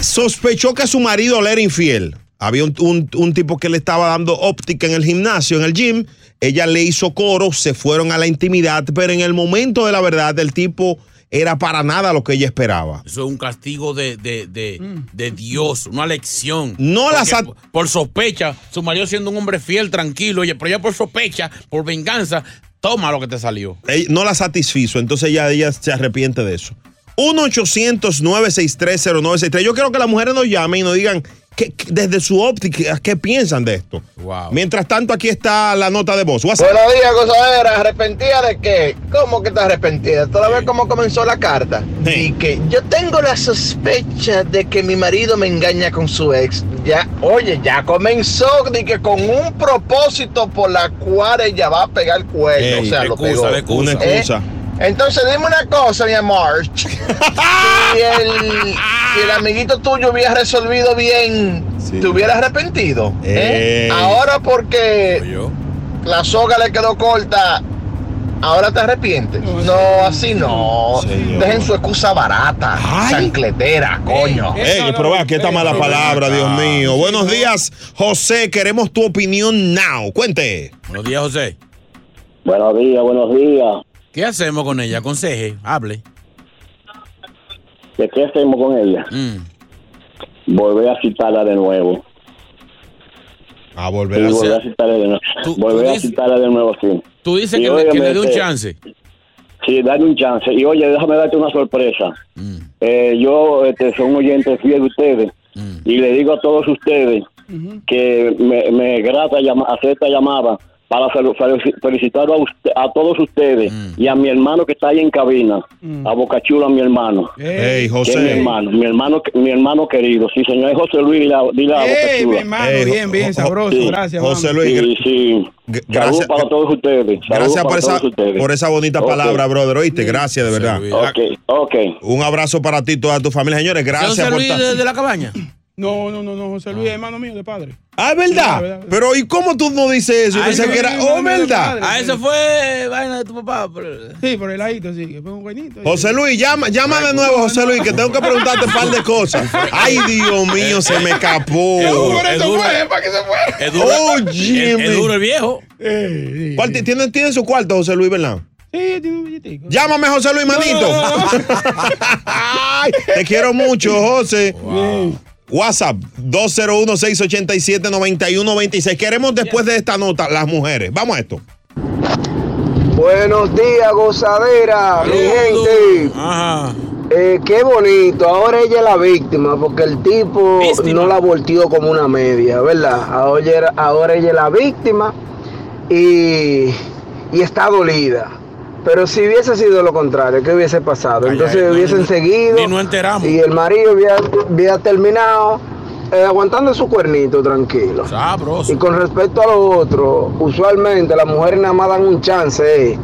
S1: Sospechó que su marido le era infiel. Había un, un- un tipo que le estaba dando óptica en el gimnasio, en el gym. Ella le hizo coro, se fueron a la intimidad, pero en el momento de la verdad, el tipo era para nada lo que ella esperaba.
S5: Eso es un castigo de, de, de, de Dios, una lección.
S1: No la
S5: Porque
S1: sat-
S5: por, por sospecha, su marido siendo un hombre fiel, tranquilo, oye, pero ya por sospecha, por venganza, toma lo que te salió.
S1: Ey, no la satisfizo. Entonces ya ella se arrepiente de eso. 1-800-963-0963. Yo quiero que las mujeres nos llamen y nos digan qué- qué- desde su óptica qué piensan de esto. Mientras tanto, aquí está la nota de voz. WhatsApp.
S20: Buenos días, gozadera. ¿Arrepentida de qué? ¿Cómo que te arrepentida? ¿Tú la ves cómo comenzó la carta? Y que yo tengo la sospecha de que mi marido me engaña con su ex. Ya, oye, ya comenzó de que con un propósito por la cual ella va a pegar el cuello. o
S1: Ey,
S20: sea, lo
S1: excusa,
S20: pegó.
S1: excusa. Una
S20: ¿Eh?
S1: excusa.
S20: Entonces dime una cosa, mi amor. Si
S1: ¡Ah!
S20: el, si el amiguito tuyo hubiera resolvido bien, ¿te hubieras arrepentido? ¿Eh?
S1: Ey.
S20: Ahora porque la soga le quedó corta, ahora te arrepientes. No, así no. Dejen su excusa barata, chancletera,
S1: Eh,
S20: coño.
S1: Ey, pero vea, aquí está mala palabra, Dios mío. Buenos días, José. Queremos tu opinión now. Cuente.
S5: Buenos días, José.
S12: Buenos días, buenos días.
S5: ¿Qué hacemos con ella? Aconseje, hable.
S12: ¿De qué hacemos con ella? Volver a citarla de nuevo.
S1: A
S12: volver,
S5: a
S12: volver
S5: hacer-
S12: a citarla de nuevo. volver a citarla de nuevo, sí.
S5: Tú dices
S12: Y
S5: que, le- que
S12: óyeme,
S5: le dé un
S12: este,
S5: chance.
S12: Sí, dale un chance. Y oye, déjame darte una sorpresa.
S5: Mm.
S12: Eh, yo este, soy un oyente fiel de ustedes
S5: Mm.
S12: y le digo a todos ustedes que me, me grata llama- hacer esta llamada para fel- fel- felicitar a, usted- a todos ustedes
S5: Mm.
S12: y a mi hermano que está ahí en cabina,
S2: Mm.
S12: a Bocachulo, a mi hermano.
S1: Hey,
S12: Que es mi
S1: José.
S12: hermano, mi hermano, mi hermano querido. Sí, señor, es José Luis, dile a, dile a
S2: Ey,
S12: Bocachula.
S2: mi hermano, bien, bien, sabroso, gracias,
S12: José
S2: vamos.
S12: Luis. Sí, sí.
S1: gracias-
S12: Saludos para todos ustedes. Saludos
S1: Gracias
S12: para
S1: por esa,
S12: todos ustedes.
S1: por esa bonita
S12: Ok.
S1: palabra, brother. Oíste, gracias de verdad.
S12: Ok, ok.
S1: Un abrazo para ti y toda tu familia, señores. Gracias por estar-
S2: la cabaña? No, no, no, no, José Luis, hermano mío de padre.
S1: Ah, es
S2: Sí,
S1: verdad. Pero ¿y cómo tú no dices eso? Yo
S2: Ah,
S1: pensé
S2: eso
S1: que
S2: sí,
S1: era,
S2: no,
S1: oh,
S2: no, no,
S1: verdad.
S2: padre.
S5: Ah, eso fue eh, vaina de tu papá. pero-
S2: Sí, por el ladito, sí, que fue un buenito.
S1: José Luis, llama, llama de nuevo, José Luis, que tengo que preguntarte un par de cosas. Ay, Dios mío, se me escapó.
S13: Es duro. Es duro.
S1: Oye,
S13: Es- es duro el
S5: viejo.
S2: Eh,
S1: ¿Tiene, tiene su cuarto, José Luis, ¿verdad?
S2: Sí, tiene un billetico.
S1: Llámame, José Luis, manito. Ay, te quiero mucho, José. WhatsApp 201-687-9126. Queremos después de esta nota las mujeres. Vamos a esto.
S4: Buenos días, gozadera, mi gente. Eh, qué bonito, ahora ella es la víctima porque el tipo no la volteó como una media, ¿verdad? Ahora, ella era- ahora ella es la víctima y, y está dolida. Pero si hubiese sido lo contrario, ¿qué hubiese pasado? Entonces
S5: ay, no,
S4: hubiesen
S5: ni-
S4: seguido
S5: ni nos enteramos.
S4: y el marido hubiera, hubiera terminado eh, aguantando su cuernito tranquilo. Y con respecto a lo otro, usualmente las mujeres nada más dan un chance. eh.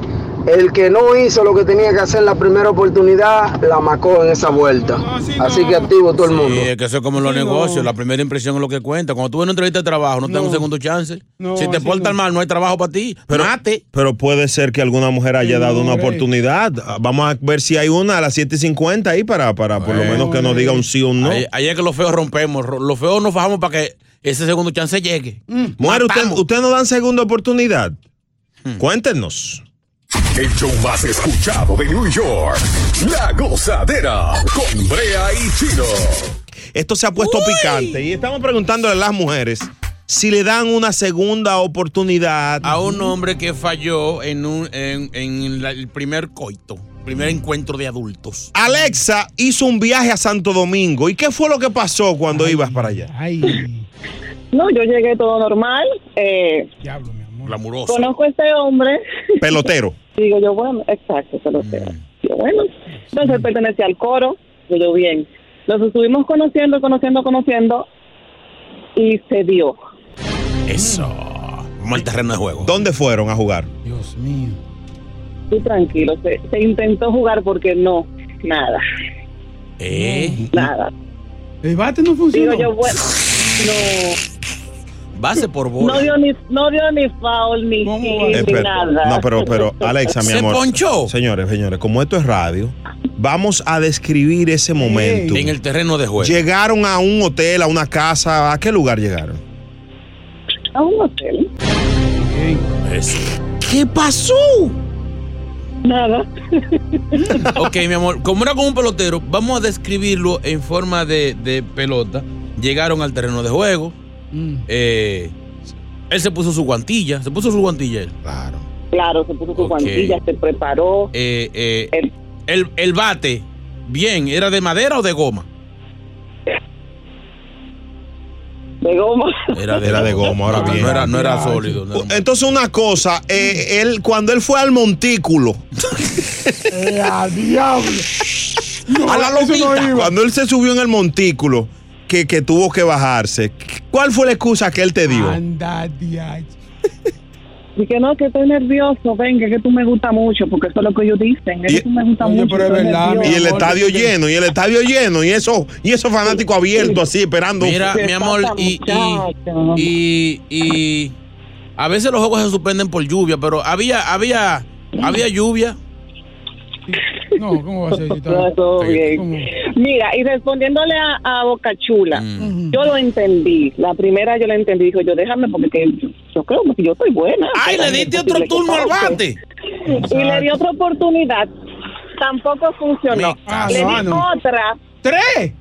S4: El que no hizo lo que tenía que hacer en la primera oportunidad, la macó en esa vuelta. Así que activo todo el mundo.
S5: Sí, es que eso es como en los negocios. La primera impresión es lo que cuenta. Cuando tú ves una entrevista de trabajo, no, te dan un segundo chance. si te portas mal, no hay trabajo para ti.
S1: Pero,
S5: Mate.
S1: pero puede ser que alguna mujer haya dado una oportunidad. Ah, Vamos a ver si hay una a las 7.50 ahí para, para por lo menos que nos diga un sí o un no.
S5: Ahí, ahí es que los feos rompemos. Ro- Los feos nos fajamos para que ese segundo chance llegue.
S1: Mujer, usted, usted no dan segunda oportunidad.
S5: Hmm.
S1: Cuéntenos.
S3: El show más escuchado de New York. La gozadera con Brea y Chino.
S1: Esto se ha puesto picante y estamos preguntándole a las mujeres si le dan una segunda oportunidad
S5: A un hombre que falló en, un, en, en la- el primer coito, primer encuentro de adultos.
S1: Alexa hizo un viaje a Santo Domingo. ¿Y qué fue lo que pasó cuando ibas para allá?
S11: No, yo llegué todo normal. Eh,
S5: Glamuroso.
S11: conozco a este hombre.
S1: Pelotero.
S11: Digo yo, bueno, exacto, pelotero.
S2: Mm.
S11: Yo, bueno, entonces él pertenecía al coro. Digo yo, bien. Nos estuvimos conociendo, conociendo, conociendo. Y se dio.
S5: Eso. Vamos al terreno de juego.
S1: ¿Dónde fueron a jugar?
S11: Tú tranquilo. Se, se intentó jugar porque no, nada.
S5: ¿Eh?
S11: Nada.
S2: El bate no funcionó.
S11: Digo yo, bueno, no.
S5: Base por bola.
S11: No dio ni, no dio ni foul, ni, ni,
S1: Eh,
S11: ni
S1: pero-
S11: nada.
S1: No, pero, pero, Alexa, mi
S5: Se
S1: amor.
S5: ponchó.
S1: Señores, señores, como esto es radio, vamos a describir ese momento.
S5: En el terreno de juego.
S1: Llegaron a un hotel, a una casa, ¿a qué lugar llegaron?
S11: A un hotel.
S5: ¿Qué pasó?
S11: Nada.
S5: ok, mi amor, como era con un pelotero, vamos a describirlo en forma de, de pelota. Llegaron al terreno de juego.
S2: Mm.
S5: eh, él se puso su guantilla. Se puso su guantilla él. Claro.
S11: Claro, se puso su guantilla, se preparó.
S5: Eh, eh, el, el bate, bien, ¿era de madera o de goma?
S11: De goma.
S5: Era de,
S1: goma, ahora bien.
S5: No era, no era sólido. no era-
S1: Entonces, una cosa, eh, él, cuando él fue al montículo. a la lomita. Cuando él se subió en el montículo, que, que tuvo que bajarse, ¿cuál fue la excusa que él te dio?
S2: Ah, Anda, diache.
S11: Y que no, que estoy nervioso, venga, que tú me gusta mucho, porque eso es lo que ellos dicen, es que tú me gusta mucho. estoy nervioso.
S1: y el estadio lleno, y el estadio lleno, y eso, y esos fanáticos abiertos así esperando.
S5: Mira, mi amor, y, y, y, y a veces los juegos se suspenden por lluvia, pero había, había, había lluvia.
S2: No, ¿cómo va a ser? Si está-
S11: No, todo bien. Mira, y respondiéndole a, a Bocachula,
S5: Mm.
S11: yo lo entendí. La primera yo la entendí. Dijo yo, déjame porque que- yo creo que yo estoy buena.
S13: Ay, le diste otro turno al bate.
S11: Y le di otra oportunidad. Tampoco funcionó.
S13: Ah,
S11: le
S13: no,
S11: di
S13: ah, no.
S11: otra.
S2: ¡Tres!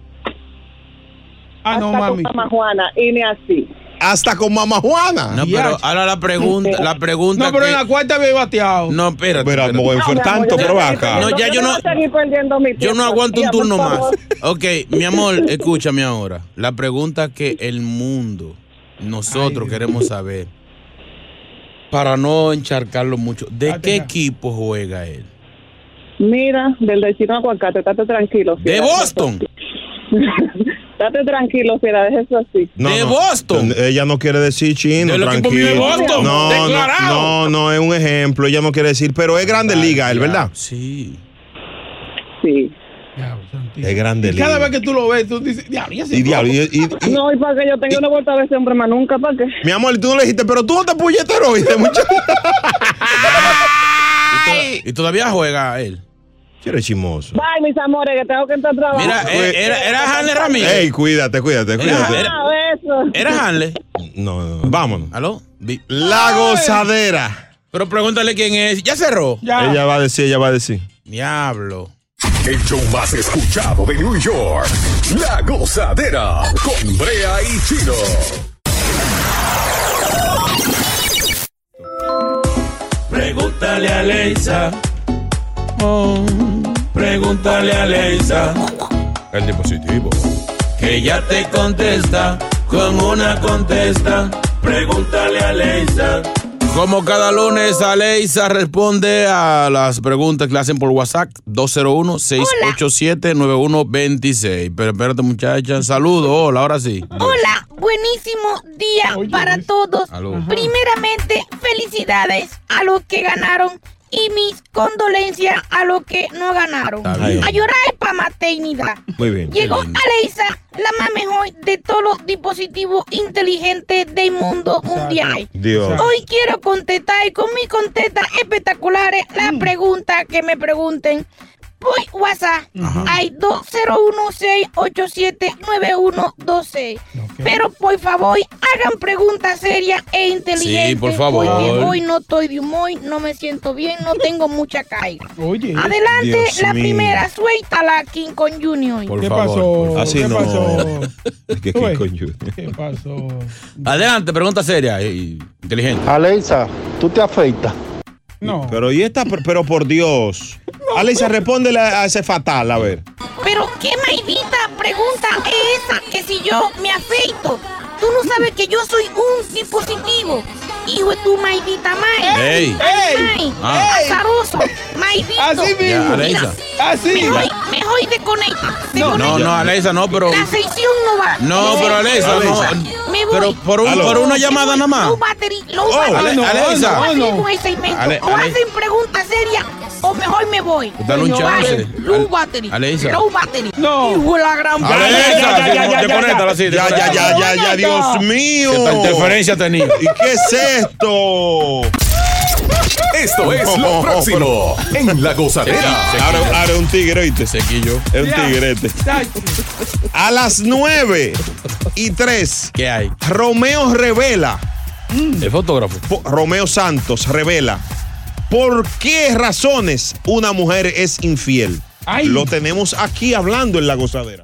S11: Ah,
S1: no, mami.
S11: Con Mama Juana, y ni así.
S1: Hasta con mamá Juana.
S5: No, Ah, pero ahora la pregunta, la pregunta.
S11: No, pero en
S5: la
S2: cuarta había bateado.
S5: No, espérate.
S1: Pero,
S5: espérate.
S1: bueno, fue No, mi amor, tanto, yo pero voy a seguir vaca.
S5: No, ya yo no,
S11: voy a seguir perdiendo mi
S5: yo
S11: tiempo.
S5: no aguanto un
S11: Mira, por
S5: turno más.
S11: favor.
S5: Ok, mi amor, escúchame ahora. La pregunta que el mundo, nosotros queremos saber. Para no encharcarlo mucho, ¿de qué equipo juega él?
S11: Mira, del de Chino Aguacate, estate tranquilo.
S5: ¿De
S11: fiera.
S5: Boston?
S11: Estate tranquilo, fiera, deja eso así.
S1: de Boston. Ella no quiere decir chino,
S11: Del equipo mío
S1: tranquilo.
S11: de Boston,
S1: no, no,
S11: declarado.
S1: no, no, es un ejemplo. Ella no quiere decir, pero es grande liga, él, ¿verdad?
S5: Sí.
S11: Sí.
S1: Es grande
S2: pues, Y cada
S1: liga.
S2: vez que tú lo ves, tú dices, diablo, ya se
S1: Y diablo, y- y-
S11: No, y para que yo tenga una vuelta a ese hombre más nunca, ¿para qué?
S1: Mi amor, tú no le dijiste, pero tú no te puñetero, ¿viste, muchacho?
S5: ¿Y todavía juega él?
S1: Eres chismoso.
S11: Bye, mis amores, que tengo que entrar a trabajar.
S5: Mira, eh, era, era Hanley Ramírez.
S1: Ey, cuídate, cuídate, cuídate.
S11: Ah, eso.
S5: Era Hanley.
S1: No, no, no. vámonos.
S5: ¿Aló?
S1: La gozadera.
S5: Pero pregúntale quién es. ¿Ya cerró?
S1: Ella va a decir, ella va a decir.
S5: Diablo.
S3: El show más escuchado de New York. La gozadera con Brea y Chino.
S13: Pregúntale a Leisa. Pregúntale a Leisa.
S1: El dispositivo.
S13: Que ya te contesta. Con una contesta. Pregúntale a Leisa.
S5: Como cada lunes, Aleisa responde a las preguntas que le hacen por WhatsApp 201-687-9126. Pero espérate, muchacha. Saludos. Hola, ahora sí.
S7: Hola, buenísimo día para todos.
S5: Aló.
S7: Primeramente, felicidades a los que ganaron y mis condolencias a los que no ganaron.
S13: Está bien.
S7: A llorar para maternidad.
S13: Muy bien.
S7: Llegó Aleisa, la más mejor de todos los dispositivos inteligentes del mundo mundial.
S13: Dios.
S7: Hoy quiero contestar con mis contestas espectaculares eh, la pregunta que me pregunten. Por WhatsApp hay 201-687-9126. Pero por favor, hagan preguntas serias e inteligentes.
S5: por favor.
S7: Porque hoy no estoy de humor, no me siento bien, no tengo mucha caiga.
S2: Oye.
S7: Adelante,
S1: Dios
S7: la
S1: mío.
S7: primera, suéltala, King Kong Junior.
S2: ¿Qué pasó?
S1: Así
S2: ¿Qué
S1: no.
S2: pasó?
S1: Es que- que coño.
S2: Oh, ¿Qué pasó?
S5: Adelante, pregunta seria y inteligente.
S1: Aleisa, tú te afeitas.
S2: No.
S1: Pero y esta, pero- pero por Dios. Aleisa, respóndele a ese fatal, a ver.
S7: Pero qué maldita pregunta es esa que si yo me afeito, tú no sabes que yo soy un dispositivo. Hijo de tu maldita madre.
S13: Ey.
S7: Ay,
S13: Ey.
S7: ay,
S13: Ah.
S7: azaroso, maldito.
S13: Así mismo. Ya,
S5: Alexa.
S2: Ah,
S7: Así. Mejor, mejor desconecta.
S5: No, no, Aleisa, no, pero.
S7: La sección no va.
S5: No, pero Alexa, no.
S7: Me voy.
S5: Pero por, un-
S7: Aló.
S5: por una
S7: Me
S5: llamada
S7: voy.
S5: nada más.
S7: Low battery, low
S5: Oh,
S7: battery.
S5: Ale- Alexa.
S7: Voy a seguir con el
S5: Ale-
S7: segmento. O
S5: Ale- Pues
S7: hacen preguntas serias o mejor me voy.
S5: Dale un
S7: Señores,
S5: chance.
S7: Low
S5: Ale-
S7: battery.
S5: Alexa.
S7: Low battery. No. Hijo de la gran
S5: Alexa,
S7: Ya, ya, ya, ya, ya.
S5: desconéctala así,
S1: Ya, ya, ya, ya, ya,
S5: desconéctala.
S1: Dios mío.
S5: ¿Qué tal interferencia tenía?
S1: ¿Y qué es esto?
S3: Esto es lo próximo en La Gozadera.
S1: Ahora, ahora un tigre, ¿oíste? Es un tigrete. A las 9 y 3.
S5: ¿Qué hay? Mm.
S1: Romeo revela.
S5: El fotógrafo.
S1: Romeo Santos revela. ¿Por qué razones una mujer es infiel? Lo tenemos aquí hablando en la gozadera.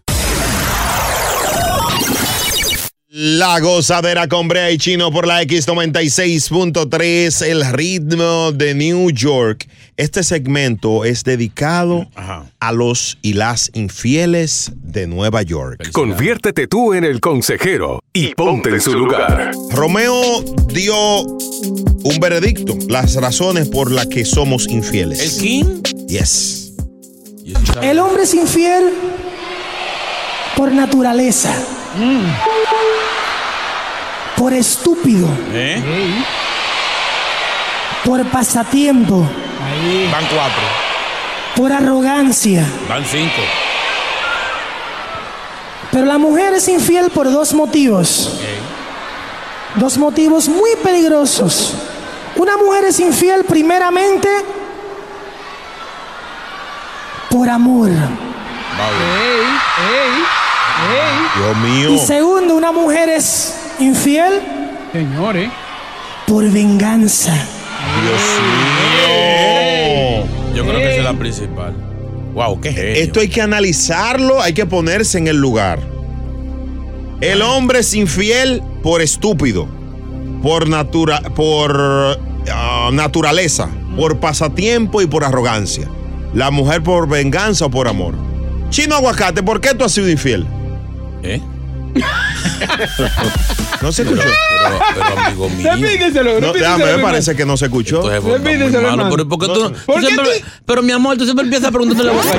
S1: La gozadera con Brea y Chino por la X96.3, el ritmo de New York. Este segmento es dedicado a los y las infieles de Nueva York.
S3: Conviértete tú en el consejero y ponte en su lugar.
S1: Romeo dio un veredicto, las razones por las que somos infieles. ¿El
S5: King?
S1: Yes.
S9: El hombre es infiel por naturaleza. Por estúpido.
S5: ¿Eh?
S9: Por pasatiempo.
S5: Van cuatro.
S9: Por arrogancia.
S5: Van cinco.
S9: Pero la mujer es infiel por dos motivos. Dos motivos muy peligrosos. Una mujer es infiel primeramente por amor.
S13: Ey, ey.
S1: Dios mío.
S9: Y segundo, una mujer es infiel.
S2: Señores.
S9: Por venganza.
S5: Dios mío. Yo creo que esa es la principal. Wow, qué genio.
S1: Eh, Esto hay que analizarlo, hay que ponerse en el lugar. El hombre es infiel por estúpido, por, natura, por ah, naturaleza, por pasatiempo y por arrogancia. La mujer por venganza o por amor. Chino Aguacate, ¿por qué tú has sido infiel?
S5: ¿Eh?
S1: No se escuchó.
S5: Pero, pero amigo mío.
S2: Repíteselo,
S1: No,
S2: repíteselo,
S1: déjame, me
S2: hermano.
S1: parece que no se escuchó.
S5: Esto es muy
S2: Repíteselo,
S5: malo,
S2: hermano.
S5: pero, ¿por qué tú, tú
S2: ¿Por qué
S5: siempre- pero mi amor, tú siempre empiezas preguntándole a boca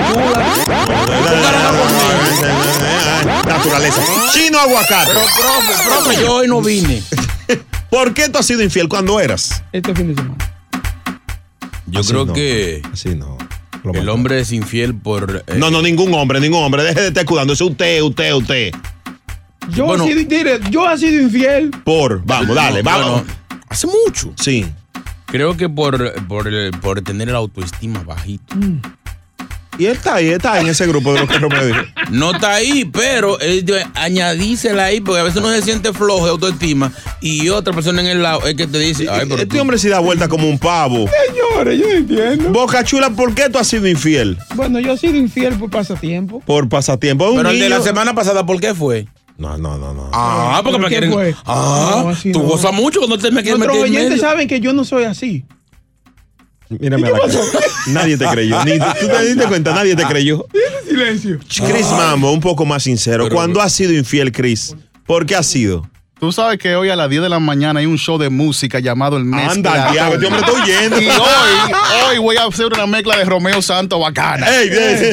S1: Naturaleza. Chino Aguacate.
S5: Pero, profe, profe, yo hoy no vine.
S1: ¿Por qué tú has sido infiel cuando eras?
S2: Este fin de semana.
S5: Yo
S1: Así
S5: creo
S1: no,
S5: que.
S1: Así no.
S5: el hombre es infiel por. eh,
S1: No, no, ningún hombre, ningún hombre. Deje de estar cuidando. Es usted, usted, usted.
S2: Yo, he sido, dire- yo he sido infiel.
S1: Por, vamos, dale,
S5: no,
S1: vamos.
S5: Hace mucho.
S1: Sí.
S5: Creo que por, por, el- por tener la autoestima bajita.
S1: Y él está ahí, está en ese grupo de los que no me dijo.
S5: No está ahí, pero él de- añadísela ahí, porque a veces uno se siente flojo de autoestima y otra persona en el lado es que te dice, ay, pero
S1: Este hombre sí da vuelta como un pavo.
S2: Señores, yo entiendo.
S1: Boca Chula, ¿por qué tú has sido infiel?
S2: Bueno, yo he sido infiel por pasatiempo.
S1: Por pasatiempo. Un
S5: Pero el de
S1: niño-
S5: la semana pasada, ¿por qué fue?
S1: No, no, no, no.
S5: Ah,
S2: ¿Pero
S5: porque me
S2: qué
S5: quieren.
S2: fue?
S5: Ah,
S2: No, así
S5: tú
S2: no.
S5: gozas mucho cuando te me quieres
S2: Nuestros
S5: meter en
S2: oyentes
S5: medio.
S2: saben que yo no soy así.
S1: Mírame a la cara. Nadie te creyó. Ni, tú te diste cuenta, nadie te creyó.
S2: Silencio.
S1: Chris Mambo, un poco más sincero. ¿Cuándo has sido infiel, Chris? ¿Por qué has sido?
S10: Tú sabes que hoy a las 10 de la mañana hay un show de música llamado El Mezcla.
S1: Anda, diablo, este hombre está huyendo.
S10: Y hoy, hoy voy a hacer una mezcla de Romeo Santo bacana. Eh.
S1: Ey,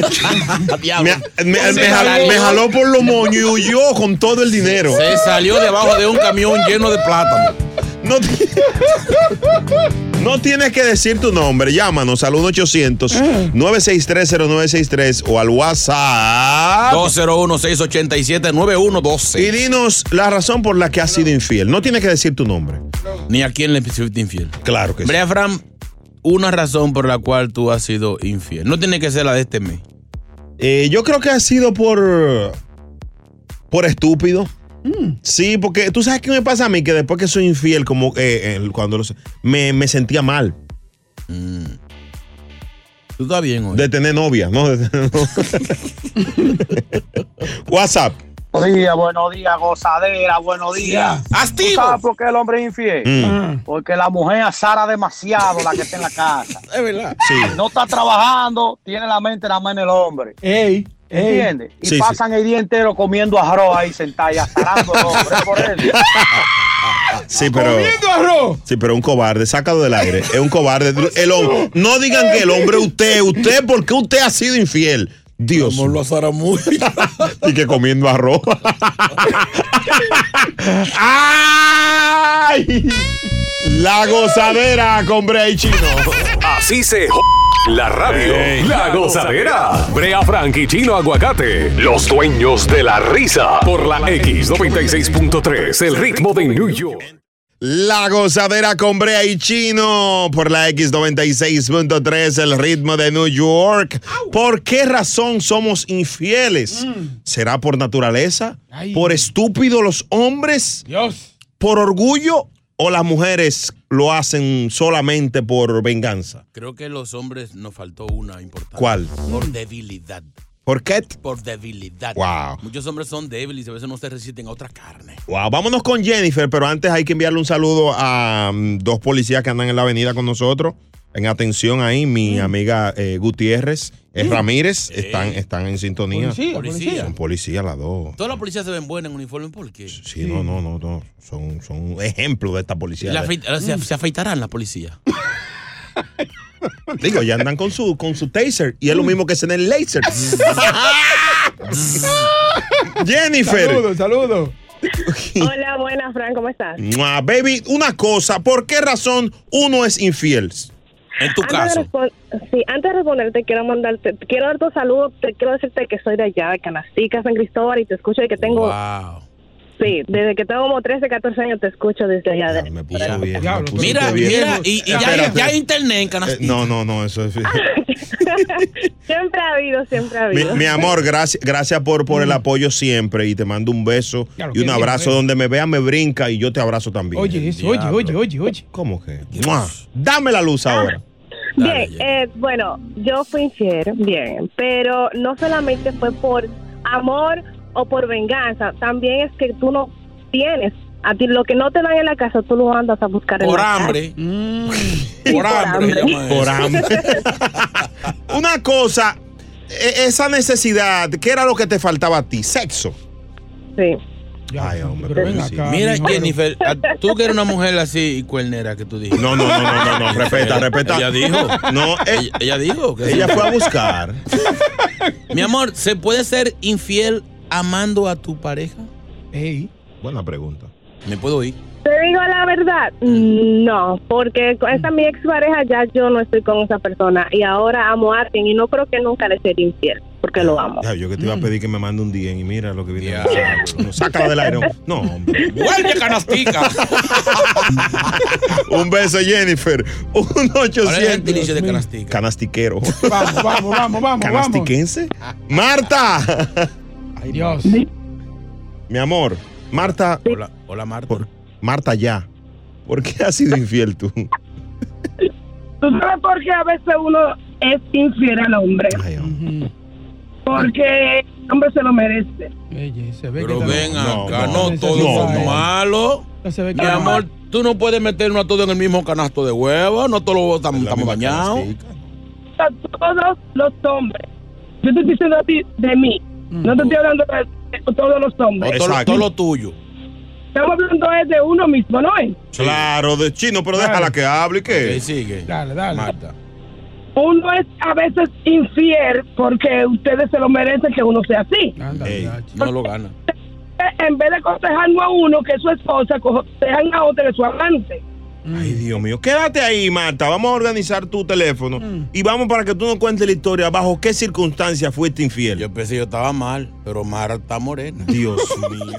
S1: ey, Me, me- me jaló, me jaló por los moños y huyó con todo el dinero.
S5: Se salió debajo de un camión lleno de plátano.
S1: No, ti- no tienes que decir tu nombre. Llámanos al 1-800-963-0963 o al WhatsApp.
S5: 201-687-9112.
S1: Ah, pues. Y dinos la razón por la que has sido infiel. No tienes que decir tu nombre.
S5: Ni a quién le fuiste infiel.
S1: Claro que sí.
S5: Brea Fran, una razón por la cual tú has sido infiel. No tiene que ser la de este mes.
S1: Eh, yo creo que ha sido por. por estúpido. Sí, porque tú sabes qué me pasa a mí, que después que soy infiel, como eh, eh, cuando lo sé, me, me sentía mal
S5: Mm. Tú estás bien hoy.
S1: de tener novia, ¿no? De tener novia. WhatsApp.
S21: Buenos días, buenos días, gozadera, buenos días. ¿Tú sabes por qué el hombre es infiel? Ah.
S1: Mm.
S21: Porque la mujer azara demasiado la que está en la casa.
S5: es verdad.
S21: No está trabajando, tiene la mente nada más en el hombre.
S2: Ey, ey.
S21: ¿Entiendes? Y
S2: Sí, sí.
S21: pasan el día entero comiendo arroz ahí sentado y azarando el hombre. Por eso.
S1: Sí, pero.
S21: ¿Comiendo arroz?
S1: Sí, pero un cobarde, sácalo del aire. Es un cobarde. El hombre, no digan que el hombre es usted, usted, ¿por qué usted ha sido infiel? Dios. Como
S5: lo asara mucho.
S1: y que comiendo arroz. ¡Ay! La gozadera con Bray Chino.
S3: Así se j- la radio.
S1: Ey.
S3: La gozadera. Brea Frank y Chino Aguacate. Los dueños de la risa. Por la X96.3. El ritmo de New York.
S1: La gozadera con Brea y Chino por la X96.3, el ritmo de New York. ¿Por qué razón somos infieles? ¿Será por naturaleza? ¿Por estúpido los hombres? ¿Por orgullo? ¿O las mujeres lo hacen solamente por venganza?
S5: Creo que los hombres nos faltó una importante.
S1: ¿Cuál?
S5: Por debilidad.
S1: ¿Por qué?
S5: Por debilidad.
S1: Wow.
S5: Muchos hombres son débiles y a veces no se resisten a otra carne.
S1: Wow, vámonos con Jennifer, pero antes hay que enviarle un saludo a mm, dos policías que andan en la avenida con nosotros. En atención ahí, mi amiga eh, Gutiérrez, eh,
S5: Mm.
S1: Ramírez, están, están en sintonía.
S5: Policía, policía.
S1: Son policías las dos.
S5: Todas las policías se ven buenas en uniforme, ¿por qué?
S1: Sí, no, no, no, no. Son, son ejemplos de esta
S5: Y
S1: policía.
S5: la afeit- ahora se, se afeitarán la policía.
S1: Digo, ya andan con su, con su taser y es lo mismo que es en el laser. Jennifer.
S2: Saludos, saludos.
S22: Hola, buenas, Fran, ¿cómo estás?
S1: Mua, Baby, una cosa, ¿por qué razón uno es infiel?
S5: En
S22: Antes de, respon- sí, antes de responderte, quiero mandarte, quiero darte un saludo, te quiero decirte que soy de allá, de Canastica, San Cristóbal, y te escucho y que tengo Sí, desde que tengo como 13, 14 años te escucho desde allá.
S1: Ah,
S22: de-
S5: Mira,
S1: bien.
S5: mira, y, y ya, hay-
S1: Espérate.
S5: ya hay internet en
S1: Eh,
S5: Canastilla.
S1: no, no, no, eso es.
S22: siempre ha habido, siempre ha
S1: Mi,
S22: habido.
S1: mi amor, gracias, gracias por, por el apoyo siempre y te mando un beso
S22: Claro,
S1: y un
S22: qué bien,
S1: abrazo.
S2: eh.
S1: Donde me vea me brinca y yo te abrazo también.
S2: Oye, eso, oye, oye, oye, oye.
S1: ¿Cómo que? ¡Mua! Dame la luz ahora.
S22: Bien, eh, bueno, yo fui infiel, bien, pero no solamente fue por amor o por venganza, también es que tú no tienes, a ti lo que no te dan en la casa, tú lo andas a buscar en
S5: Por
S22: la calle.
S5: hambre. Ah. Por hambre. se llama eso.
S1: Por hambre. Una cosa, e- esa necesidad, ¿qué era lo que te faltaba a ti? Sexo.
S22: Sí.
S1: Ay, hombre, pobrecito.
S5: Mira, Jennifer, a- tú que eres una mujer así y cuernera que tú dijiste.
S1: No, no, no, no, no, no, respeta,
S5: Ella-
S1: respeta.
S5: Ella dijo.
S1: No, eh,
S5: ella, ella dijo. que
S1: Ella
S5: sí.
S1: fue a buscar.
S5: Mi amor, ¿se puede ser infiel amando a tu pareja?
S1: Buena pregunta.
S5: ¿Me puedo ir?
S22: Te digo la verdad,
S5: Mm.
S22: no, porque con esa mi expareja ya yo no estoy con esa persona y ahora amo a alguien y no creo que nunca le seré infiel, porque lo amo.
S1: Ya, yo que te
S5: Mm.
S1: iba a pedir que me mande un DM y mira lo que viene. No, sácala del aire. No, hombre.
S5: ¡Vuelve, canastica!
S1: Un beso, Jennifer. Un
S5: Ahora el gentilicio de
S1: 800.
S5: canastica.
S1: Canastiquero.
S2: Vamos, vamos, vamos, vamos.
S1: ¿Canastiquense? ¡Marta!
S2: Ay, Dios.
S1: Mi amor, Marta.
S5: Hola, hola Marta.
S1: Marta, ya. ¿Por qué has sido infiel tú?
S23: ¿Tú sabes por qué a veces uno es infiel al hombre? Porque el hombre se lo merece.
S5: Pero ven
S2: no,
S5: acá,
S2: no,
S5: no,
S2: no,
S5: todo
S2: no,
S5: fue
S2: no.
S5: malo. Mi amor, tú no puedes meternos a todos en el mismo canasto de huevos, no todos los estamos estamos bañados.
S23: A todos los hombres. Yo te estoy diciendo a ti de mí. No te estoy hablando de todos los hombres.
S1: O todo- Exacto. todo lo
S5: tuyo.
S23: Estamos hablando es de uno mismo, ¿no es?
S1: Claro, de chino, pero déjala que hable y que.
S5: sigue.
S23: Dale, dale.
S5: Marta.
S23: Uno es a veces infiel porque ustedes se lo merecen que uno sea así.
S5: No lo gana.
S23: En vez de aconsejarnos a uno que es su esposa, aconsejan a otro que es su amante.
S1: Ay, Dios mío. Quédate ahí, Marta. Vamos a organizar tu teléfono. Y vamos para que tú nos cuentes la historia. ¿Bajo qué circunstancias fuiste infiel?
S5: Yo pensé yo estaba mal, pero Marta Morena.
S1: Dios mío.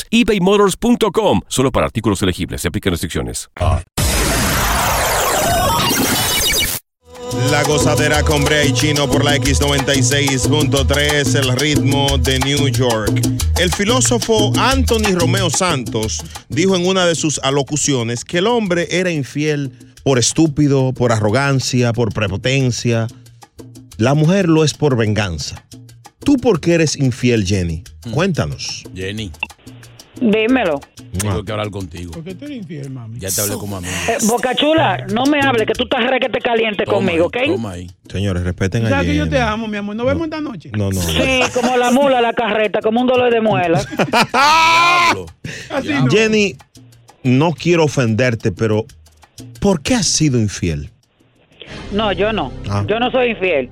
S6: ebaymotors.com. Solo para artículos elegibles. Se aplican restricciones.
S1: La gozadera con Brea y Chino por la X96.3, el ritmo de New York. El filósofo Anthony Romeo Santos dijo en una de sus alocuciones que el hombre era infiel por estúpido, por arrogancia, por prepotencia. La mujer lo es por venganza. ¿Tú por qué eres infiel, Jenny? Cuéntanos.
S5: Jenny,
S23: Dímelo.
S5: tengo que hablar contigo.
S2: ¿Por qué tú eres infiel, mami?
S5: Ya te hablé como amigo.
S23: Eh, Boca Chula, no me hables, que tú estás re que te caliente
S5: Toma
S23: conmigo, ¿ok?
S1: Señores, respeten a
S2: ¿Sabes que yo
S1: Jenny.
S2: te amo, mi amor? Nos vemos esta noche.
S1: No, no.
S23: Sí, como la mula, la carreta, como un dolor de muela.
S1: Jenny, no quiero ofenderte, pero ¿por qué has sido infiel?
S23: No, yo no.
S1: Ah.
S23: Yo no soy infiel.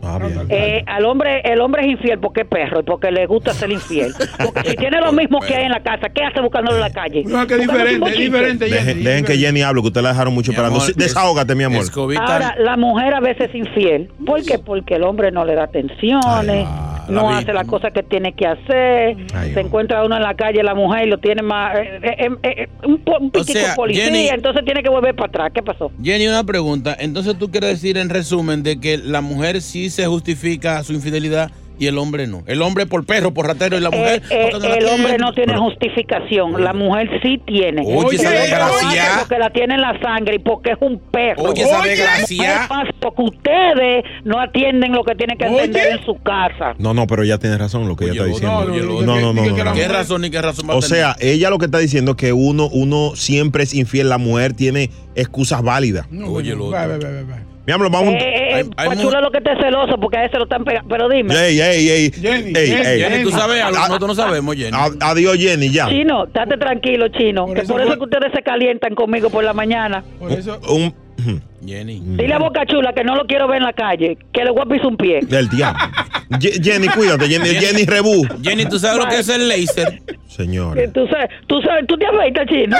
S23: Eh, al hombre, el hombre es infiel porque es perro y porque le gusta ser infiel. Porque si tiene lo mismo que hay en la casa, ¿qué hace buscándolo en la calle?
S2: No, que
S23: Buscando
S2: diferente,
S23: tipo
S2: diferente,
S23: chiste.
S1: Dejen, dejen que Jenny hable, que ustedes la dejaron mucho esperando. Sí, Desahógate, mi amor.
S23: Ahora, la mujer a veces es infiel. ¿Por qué? Porque el hombre no le da atenciones, no hace las cosas que tiene que hacer. se encuentra uno en la calle, la mujer, y lo tiene más. eh, eh, eh, eh, un, po- un piquito
S5: sea,
S23: policía,
S5: Jenny-
S23: entonces tiene que volver para atrás. ¿Qué pasó?
S5: Jenny, una pregunta. Entonces tú quieres decir en resumen de que la mujer sí se justifica su infidelidad y el hombre no. El hombre por perro, por ratero y la mujer.
S23: Eh, eh,
S5: porque no la
S23: el
S5: quiere.
S23: hombre no tiene justificación, la mujer sí tiene.
S5: Oye, esa
S23: El hombre lo hace
S5: desgracia.
S23: Porque la tiene en la sangre y porque es un perro.
S5: Oye, esa
S23: La
S5: desgracia.
S23: mujer pasa Porque ustedes no atienden lo que tienen que atender en su casa.
S1: No, no, pero ella tiene razón lo que ella está diciendo. No, no, no. no, no.
S5: ¿Qué razón y qué razón va a
S1: O
S5: tener?
S1: sea, ella lo que está diciendo es que uno, uno siempre es infiel. La mujer tiene excusas válidas.
S2: No, Oye,
S5: el
S2: otro.
S1: Mi amor, vamos.
S23: Eh, eh, pues chulo lo que esté celoso porque a ese lo están pegando. Pero dime.
S1: Ey, ey, ey.
S23: Jenny,
S1: Ey,
S23: Jenny,
S1: ey.
S23: Jenny, tú sabes algo,
S1: A-
S5: nosotros no sabemos, Jenny.
S1: a- Adiós, Jenny, ya.
S23: Chino, estate tranquilo, chino. que por eso que ustedes se calientan conmigo por la mañana.
S1: Un,
S5: Jenny.
S23: Dile a Boca Chula que no lo quiero ver en la calle, que le voy a pisar un pie.
S1: Del diablo. Ye- Jenny, cuídate. Jenny, Jenny Rebú.
S5: Jenny, ¿tú sabes lo que es el laser?
S1: Señor.
S23: Que Tú sabes, tú sabes, tú te afeitas, chino.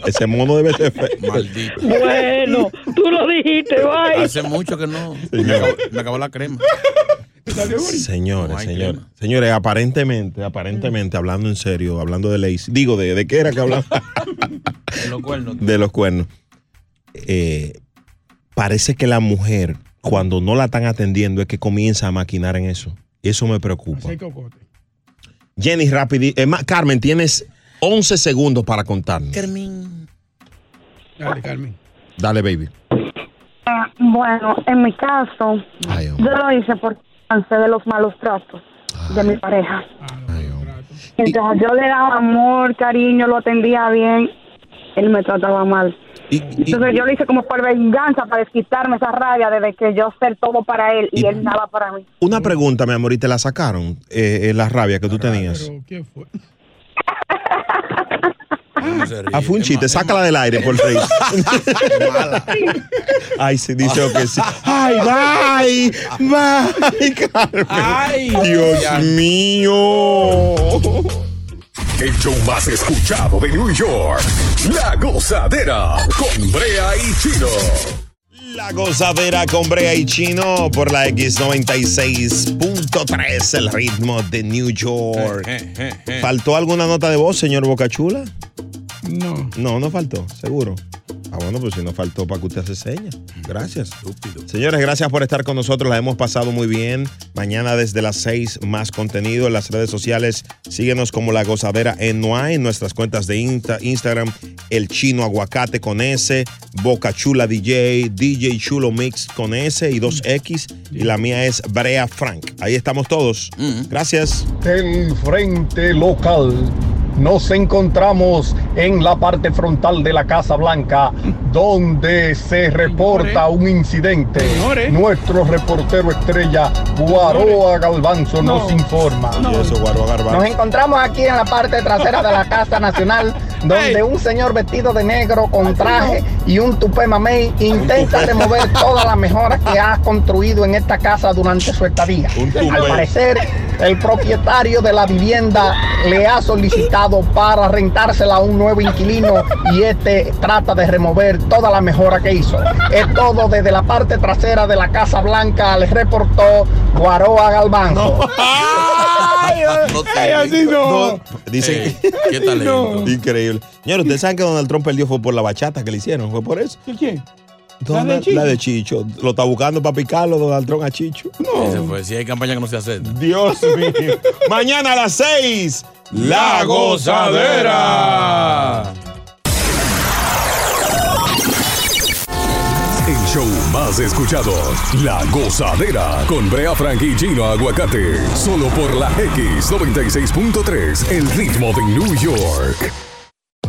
S1: Ese mono debe ser feo. Maldito.
S23: bueno, tú lo dijiste, bye.
S5: Hace mucho que no. Me
S1: Señor.
S5: acabó, me acabó la crema.
S1: Señores, señores, señores, aparentemente, aparentemente, hablando en serio, hablando de ley, digo, ¿de, de qué era que hablaba?
S5: Los cuernos.
S1: de los cuernos. Eh, parece que la mujer, cuando no la están atendiendo, es que comienza a maquinar en eso. Y eso me preocupa. Jenny, rápido. eh, Ma- Carmen, tienes 11 segundos para contarnos.
S5: Carmen.
S2: Dale, Carmen.
S1: Dale, baby.
S14: Ah, Bueno, en mi caso, yo lo hice porque cansé de los malos tratos de mi pareja. Mientras yo le daba amor, cariño, lo atendía bien, él me trataba mal. Entonces yo lo hice como por venganza, para desquitarme esa rabia de que yo ser todo para él y,
S1: Y-
S14: él nada para mí.
S1: Una pregunta, mi amor, y te la sacaron, eh, eh, la rabia que tú tenías. Ah, fue un chiste, sácala del aire, por favor. Ay, sí, dice que sí. Ay, bye, bye, Carmen.
S3: Ay.
S1: Dios
S3: Ya.
S1: mío.
S3: El show más escuchado de New York. La gozadera con Brea y Chino.
S1: La gozadera con Brea y Chino por la X96.3, el ritmo de New York.
S5: Eh,
S2: Eh.
S1: ¿Faltó alguna nota de voz, señor Bocachula?
S2: No.
S1: No, no faltó, seguro. Ah, bueno, pues si no faltó para que usted hace seña. Gracias. Señores, gracias por estar con nosotros. La hemos pasado muy bien. Mañana desde las 6, más contenido en las redes sociales. Síguenos como La Gozadera NY en nuestras cuentas de Insta- Instagram, El Chino Aguacate con S, Boca Chula DJ, DJ Chulo Mix con S y 2X. Y la mía es Brea Frank. Ahí estamos todos. Gracias.
S15: del frente local. Nos encontramos en la parte frontal de la Casa Blanca, donde se reporta un incidente. Nuestro reportero estrella, Guaroa Galvanzo, nos informa.
S16: Nos encontramos aquí en la parte trasera de la Casa Nacional, donde un señor vestido de negro con traje y un tupé mamey intenta remover todas las mejoras que ha construido en esta casa durante su estadía.
S24: tupé.
S16: Al parecer, el propietario de la vivienda le ha solicitado para rentársela a un nuevo inquilino y este trata de remover toda la mejora que hizo. Es todo desde la parte trasera de la Casa Blanca, les reportó Guaroa Galván.
S2: Ay,
S16: É, assim
S2: así no.
S1: Dicen
S5: ¿Qué tal?
S1: Increíble. Señor, ustedes saben que Donald Trump perdió fue por la bachata que le hicieron, fue por eso.
S2: ¿Y quién?
S1: Donald-
S2: ¿La de Chicho?
S1: Chicho. Lo está buscando para picarlo, Donald Trump a Chicho.
S5: Ese fue. Si hay campaña que no se acepta.
S1: Dios mío. Mañana a las seis.
S5: La Gozadera.
S3: El show más escuchado. La gozadera con Brea Frank y Chino Aguacate. Solo por la X96.3. El ritmo de New York.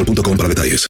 S25: para detalles.